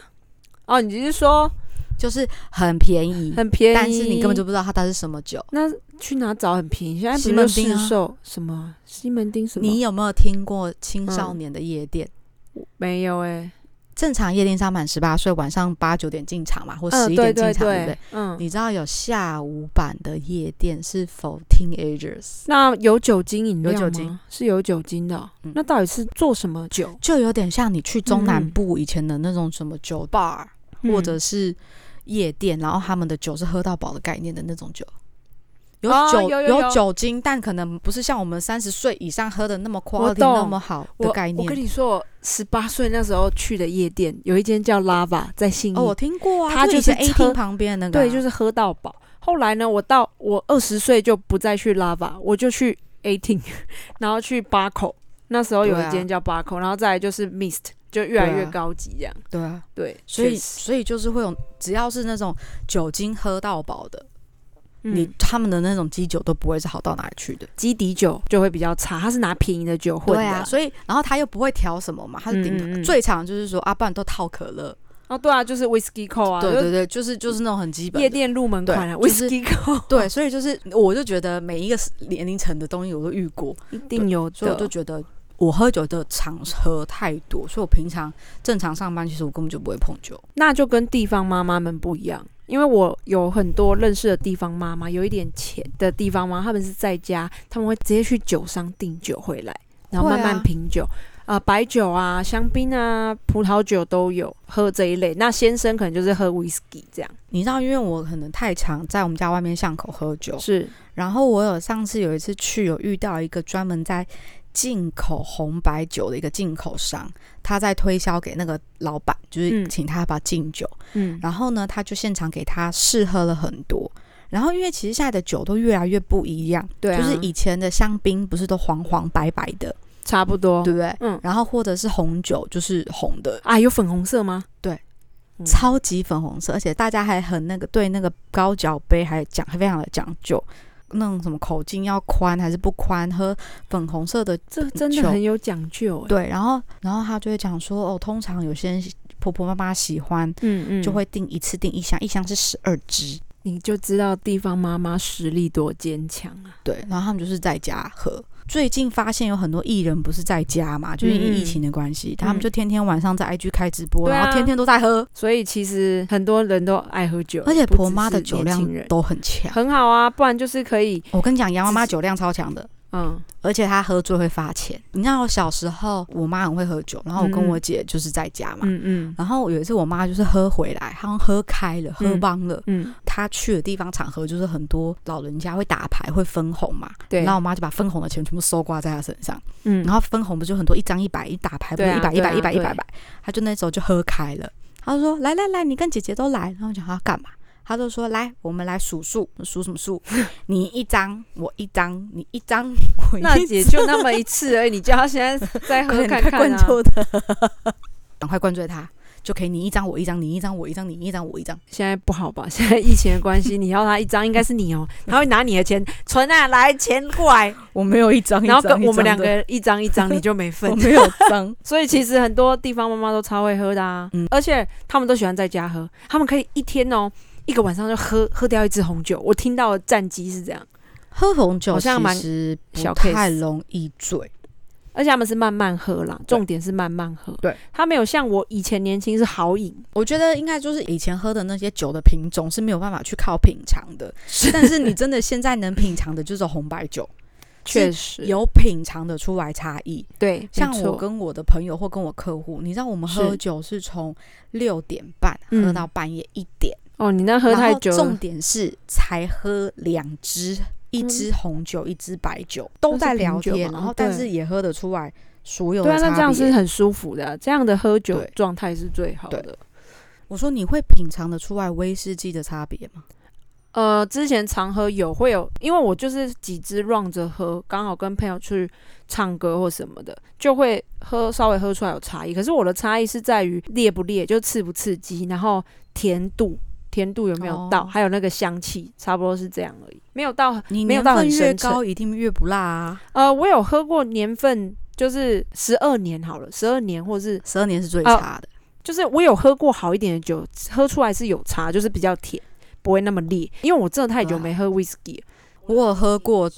Speaker 1: 哦，你就是说
Speaker 3: 就是很便宜，
Speaker 1: 很便宜，
Speaker 3: 但是你根本就不知道它它是什么酒。
Speaker 1: 那去哪找很便宜？现在不
Speaker 3: 西门
Speaker 1: 是
Speaker 3: 町
Speaker 1: 市
Speaker 3: 啊
Speaker 1: 售什么西门町什么？
Speaker 3: 你有没有听过青少
Speaker 1: 嗯
Speaker 3: 年的夜店？
Speaker 1: 没有哎，
Speaker 3: 正常夜店上满十八岁，晚上八九点进场嘛，或
Speaker 1: 嗯，
Speaker 3: 十一
Speaker 1: 对
Speaker 3: 点进
Speaker 1: 对
Speaker 3: 场，对不
Speaker 1: 对
Speaker 3: 对？，
Speaker 1: 嗯，
Speaker 3: 你知道有下午版的夜店是否 teenagers，
Speaker 1: 那有酒精饮料吗
Speaker 3: 有酒精
Speaker 1: 是有酒精的哦
Speaker 3: 嗯，
Speaker 1: 那到底是做什么酒？
Speaker 3: 就有点像你去中南
Speaker 1: 嗯
Speaker 3: 部以前的那种什么酒 bar，、
Speaker 1: 嗯
Speaker 3: 或者是夜店，然后他们的酒是喝到饱的概念的那种酒，有
Speaker 1: 哦
Speaker 3: 酒、
Speaker 1: 有有有
Speaker 3: 酒精，但可能不是像我们三十岁以上喝的那么
Speaker 1: 我
Speaker 3: quality
Speaker 1: 懂
Speaker 3: 那么好的概
Speaker 1: 我。我跟
Speaker 3: 念。
Speaker 1: 你说，我十八岁那时候去的夜店，有一间叫 Lava，在信义。
Speaker 3: 哦，我听过啊，
Speaker 1: 他
Speaker 3: 就
Speaker 1: 就
Speaker 3: 以
Speaker 1: 是
Speaker 3: 前 A
Speaker 1: 车
Speaker 3: 厅旁边的那个啊、
Speaker 1: 对，就是喝到饱。后来呢，我到我二十岁就不再去 Lava，我就去 Eighteen，然 后去八口。那时候有
Speaker 3: 对
Speaker 1: 一
Speaker 3: 啊
Speaker 1: 间叫八口，然后再来就是 Mist，就越来
Speaker 3: 对啊
Speaker 1: 越高级这样。
Speaker 3: 对啊，
Speaker 1: 对，
Speaker 3: 所以
Speaker 1: 确实
Speaker 3: 所以就是会有，只要是那种酒精喝到饱的，你
Speaker 1: 嗯
Speaker 3: 他们的那种基酒都不会是好到哪里去的。
Speaker 1: 基底酒就会比较差，它是拿便宜的酒混
Speaker 3: 对
Speaker 1: 的
Speaker 3: 啊，
Speaker 1: 啦。
Speaker 3: 所以然后他又不会调什么嘛，他就顶、
Speaker 1: 嗯嗯嗯
Speaker 3: 最常就是说啊，不然都套可乐。
Speaker 1: 哦，对啊，就是 Whisky Co 啊，
Speaker 3: 对对
Speaker 1: 就
Speaker 3: 对，就是就是那种很基本
Speaker 1: 夜
Speaker 3: 的。
Speaker 1: 店入门款啊
Speaker 3: 对就是
Speaker 1: Whisky Co
Speaker 3: 对，所以就是我就觉得每一个年龄层的东西我都遇过，
Speaker 1: 一定有
Speaker 3: 所以我就
Speaker 1: 的。
Speaker 3: 觉得我喝酒的场合太多，所以我平常正常上班其实我根本就不会碰酒。
Speaker 1: 那就跟地方妈妈们不一样，因为我有很多认识的地方妈妈，有一点钱的地方妈妈，他们是在家，他们会直接去酒商订酒回来，然后
Speaker 3: 会啊
Speaker 1: 慢慢品酒。啊、白酒啊、香槟啊、葡萄酒都有喝这一类。那先生可能就是喝 whisky 这样，
Speaker 3: 你知道，因为我可能太常在我们家外面巷口喝酒，
Speaker 1: 是
Speaker 3: 然后我有上次有一次去，有遇到一个专门在进口红白酒的一个进口商，他在推销给那个老板，就是
Speaker 1: 嗯
Speaker 3: 请他把敬酒，
Speaker 1: 嗯，
Speaker 3: 然后呢，他就现场给他试喝了很多。然后，因为其实现在的酒都越来越不一样，
Speaker 1: 对啊，
Speaker 3: 就是以前的香槟不是都黄黄白白的，
Speaker 1: 差不多
Speaker 3: 对。不对？
Speaker 1: 嗯，
Speaker 3: 然后或者是红酒，就是红的，
Speaker 1: 啊，有粉红色吗？
Speaker 3: 对
Speaker 1: 嗯，
Speaker 3: 超级粉红色，而且大家还很那个对那个高脚杯还讲非常的讲究，那种什么口径要宽还是不宽，喝粉红色的
Speaker 1: 这真的
Speaker 3: 球
Speaker 1: 很有讲究哎。
Speaker 3: 对，然后然后他就会讲说哦，通常有些人婆婆妈妈喜欢
Speaker 1: 嗯嗯，
Speaker 3: 就会订一次订一箱，一箱是十二支，
Speaker 1: 你就知道地方妈妈实力多坚强啊。
Speaker 3: 对，然后他们就是在家喝。最近发现有很多艺人不是在家嘛，就是因为疫情的关系，他们就天天晚上在 IG 开直播，
Speaker 1: 嗯对啊
Speaker 3: 然后天天都在喝，
Speaker 1: 所以其实很多人都爱喝酒，
Speaker 3: 而且
Speaker 1: 不
Speaker 3: 婆
Speaker 1: 只
Speaker 3: 妈的
Speaker 1: 是
Speaker 3: 酒
Speaker 1: 年
Speaker 3: 量
Speaker 1: 轻人
Speaker 3: 都很强。
Speaker 1: 很好啊，不然就是可以，
Speaker 3: 我跟你讲，杨妈妈
Speaker 1: 只是
Speaker 3: 酒量超强的，
Speaker 1: 嗯，
Speaker 3: 而且她喝醉会发钱。你知道我小时候，我妈很会喝酒，然后我跟
Speaker 1: 嗯
Speaker 3: 我姐就是在家嘛。
Speaker 1: 嗯嗯
Speaker 3: 然后有一次，我妈就是喝回来，好像喝开了，喝
Speaker 1: 嗯
Speaker 3: 帮了。
Speaker 1: 嗯，
Speaker 3: 她去的地方场合就是很多老人家会打牌，会分红嘛。
Speaker 1: 对，
Speaker 3: 然后我妈就把分红的钱全部搜刮在她身上。
Speaker 1: 嗯
Speaker 3: 然后分红不就很多，一张一百，一打牌不是
Speaker 1: 对啊
Speaker 3: 一百一
Speaker 1: 对
Speaker 3: 百
Speaker 1: 啊
Speaker 3: 一百一
Speaker 1: 对
Speaker 3: 百百，她就那时候就喝开了。她就说：“来来来，你跟姐姐都来。”然后我讲她干嘛？她就说：“来，我们来数数，数什 么数？你一张，我一张，你一张，我 一张。”
Speaker 1: 那也就那么一次而已，你叫他现在 再
Speaker 3: 可
Speaker 1: 喝
Speaker 3: 能
Speaker 1: 看
Speaker 3: 快
Speaker 1: 看
Speaker 3: 灌
Speaker 1: 啊。
Speaker 3: 错的， 赶快灌醉他，就可以你一张我一张，你一张我一张，你一张我一张。
Speaker 1: 现在不好吧？现在疫情的关系，你要他一张应该是 你哦，他会拿你的钱存啊，来钱过来，
Speaker 3: 我没有一张，
Speaker 1: 然后跟
Speaker 3: 一张
Speaker 1: 我们两个，
Speaker 3: 一
Speaker 1: 人 一张一张，你就没
Speaker 3: 张的
Speaker 1: 份
Speaker 3: 我。没有张
Speaker 1: 。所以其实很多地方妈妈都超会喝的啊，
Speaker 3: 嗯
Speaker 1: 而且他们都喜欢在家喝，他们可以一天哦。一个晚上就喝喝掉一支红酒，我听到的战绩是这样，
Speaker 3: 喝红酒
Speaker 1: 好像蛮
Speaker 3: 其实
Speaker 1: 小
Speaker 3: 不太
Speaker 1: case
Speaker 3: 容易醉，
Speaker 1: 而且他们是慢慢喝啦，重点是慢慢喝。
Speaker 3: 对，
Speaker 1: 他没有像我以前年轻是豪饮，
Speaker 3: 我觉得应该就是以前喝的那些酒的品种是没有办法去靠品尝的，但是你真的现在能品尝的就是红白 酒，
Speaker 1: 确实
Speaker 3: 有品尝的出来差异。
Speaker 1: 对，
Speaker 3: 像
Speaker 1: 没错
Speaker 3: 我跟我的朋友或跟我客户，你知道我们喝
Speaker 1: 是
Speaker 3: 酒是从六点半
Speaker 1: 嗯
Speaker 3: 喝到半夜一点。
Speaker 1: 哦，你那喝太久
Speaker 3: 然后重
Speaker 1: 了，
Speaker 3: 点是才喝两支，一支红酒，一支白酒，都在聊
Speaker 1: 嗯那是品
Speaker 3: 天，
Speaker 1: 酒嘛哦
Speaker 3: 然后但
Speaker 1: 对
Speaker 3: 是也喝得出来所有
Speaker 1: 对
Speaker 3: 的
Speaker 1: 啊，
Speaker 3: 差别。
Speaker 1: 那这样是很舒服的啊、这样的喝酒
Speaker 3: 对
Speaker 1: 状态是最好的
Speaker 3: 对。我说你会品尝得出来威士忌的差别吗？
Speaker 1: 呃，之前常喝有会有，因为我就是几支 run 着喝，刚好跟朋友去唱歌或什么的，就会喝稍微喝出来有差异。可是我的差异是在于烈不烈，就刺不刺激，然后甜度甜度有没有到，
Speaker 3: 哦
Speaker 1: 还有那个香气，差不多是这样而已，没有到
Speaker 3: 你
Speaker 1: 没有
Speaker 3: 年
Speaker 1: 到
Speaker 3: 份
Speaker 1: 很
Speaker 3: 越
Speaker 1: 深沉。
Speaker 3: 高一定越不辣啊，
Speaker 1: 呃，我有喝过年份，就是十二年好了，十二年或是
Speaker 3: 十二年是最
Speaker 1: 哦
Speaker 3: 差的。
Speaker 1: 就是我有喝过好一点的酒，喝出来是有差，就是比较甜，不会那么烈。因为我真的太久
Speaker 3: 嗯
Speaker 1: 没喝 whisky 了。
Speaker 3: 我有喝过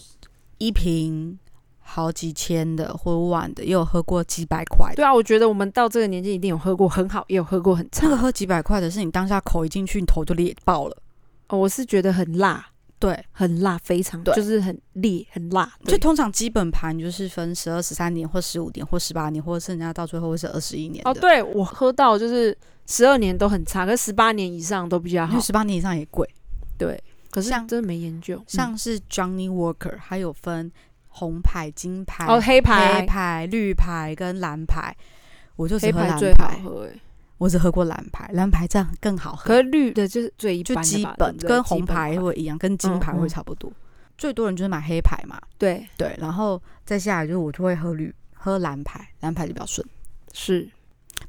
Speaker 3: 一瓶好几千的或万的，也有喝过几百块的。
Speaker 1: 对啊，我觉得我们到这个年纪一定有喝过很好，也有喝过很差。
Speaker 3: 那个喝几百块的是你当下口一进去，你头就裂爆了。
Speaker 1: 哦、我是觉得很辣，
Speaker 3: 对，
Speaker 1: 很辣，非常
Speaker 3: 对
Speaker 1: 就是很烈，很辣。
Speaker 3: 就
Speaker 1: 对，
Speaker 3: 通常基本盘就是分十二、十三年或十五年或十八年，或者剩下到最后会是二十一年的。
Speaker 1: 哦，对我喝到就是十二年都很差，可十八年以上都比较啊
Speaker 3: 因
Speaker 1: 好
Speaker 3: 为。十八年以上也贵。
Speaker 1: 对，可是
Speaker 3: 像
Speaker 1: 真的没研究。嗯
Speaker 3: 像是 Johnny Walker，还有分红牌、金牌、
Speaker 1: 嗯哦，黑牌，
Speaker 3: 黑牌、绿牌跟蓝牌。我就只
Speaker 1: 黑
Speaker 3: 喝蓝
Speaker 1: 最好喝、欸，
Speaker 3: 我只喝过蓝牌，蓝牌这样更好喝，
Speaker 1: 可是绿的就是最一般
Speaker 3: 就
Speaker 1: 的吧
Speaker 3: 基
Speaker 1: 对
Speaker 3: 本
Speaker 1: 不对
Speaker 3: 跟
Speaker 1: 基
Speaker 3: 红
Speaker 1: 本
Speaker 3: 牌
Speaker 1: 款
Speaker 3: 会一样，跟金牌
Speaker 1: 嗯嗯
Speaker 3: 会差不多。最多人就是买黑牌嘛，
Speaker 1: 对
Speaker 3: 对，然后再下来就是我就会喝绿，喝蓝牌，蓝牌就比较顺。
Speaker 1: 是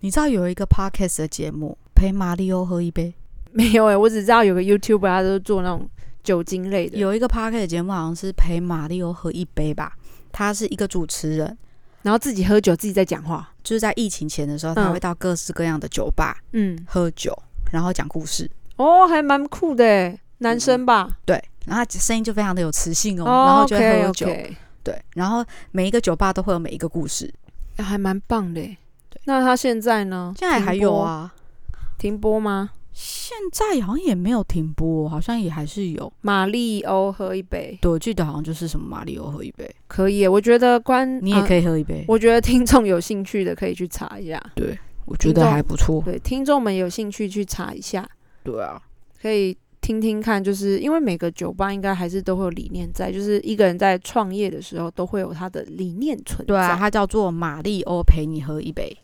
Speaker 3: 你知道有一个 podcast 的节目陪马里欧喝一杯，
Speaker 1: 没有哎、我只知道有个 YouTuber 他都做那种酒精类的，
Speaker 3: 有一个 podcast 的节目好像是陪马里欧喝一杯吧，他是一个主持人，
Speaker 1: 然后自己喝酒自己在讲话。
Speaker 3: 就是在疫情前的时
Speaker 1: 嗯
Speaker 3: 候，他会到各式各样的酒吧、
Speaker 1: 嗯，
Speaker 3: 喝酒，然后讲故事。
Speaker 1: 哦，还蛮酷的、欸，男生吧？
Speaker 3: 对，然后他声音就非常的有磁性哦，
Speaker 1: 哦，
Speaker 3: 然后就会喝
Speaker 1: OK，OK
Speaker 3: 酒。对，然后每一个酒吧都会有每一个故事。
Speaker 1: 哎还蛮棒的欸。那他现在呢？
Speaker 3: 现在还
Speaker 1: 停
Speaker 3: 有
Speaker 1: 播？
Speaker 3: 啊，
Speaker 1: 停播吗？
Speaker 3: 现在好像也没有停播，好像也还是有。
Speaker 1: 玛丽欧喝一杯
Speaker 3: 对，我记得好像就是什么马里欧喝一杯，
Speaker 1: 可以欸，我觉得关
Speaker 3: 你也可
Speaker 1: 以、
Speaker 3: 以喝一杯，
Speaker 1: 我觉得听众有兴趣的可以去查一下，
Speaker 3: 我觉得还不错。
Speaker 1: 对，听众们有兴趣去查一下，
Speaker 3: 对啊，
Speaker 1: 可以听听看，就是因为每个酒吧应该还是都会有理念在，就是一个人在创业的时候都会有他的理念存在。
Speaker 3: 对啊，它叫做马里欧陪你喝一杯。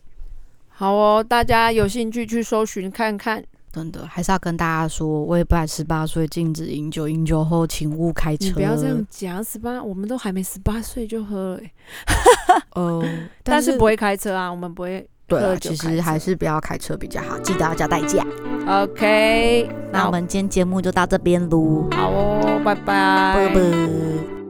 Speaker 1: 好哦，大家有兴趣去搜寻看看。
Speaker 3: 真的还是要跟大家说，未满十八岁禁止饮酒，饮酒后请勿开车。
Speaker 1: 你不要这 样讲，十八我们都还没十八岁就喝了欸、
Speaker 3: 哦，
Speaker 1: 但
Speaker 3: 是
Speaker 1: 是不会开车啊，我们不会。
Speaker 3: 对
Speaker 1: 喝
Speaker 3: 啊，
Speaker 1: 酒
Speaker 3: 其
Speaker 1: 开
Speaker 3: 实
Speaker 1: 车
Speaker 3: 还是不要开车比较好，记得要加代驾。
Speaker 1: OK，
Speaker 3: 那我们今天节目就到这边喽，
Speaker 1: 好哦，拜拜，
Speaker 3: 拜拜。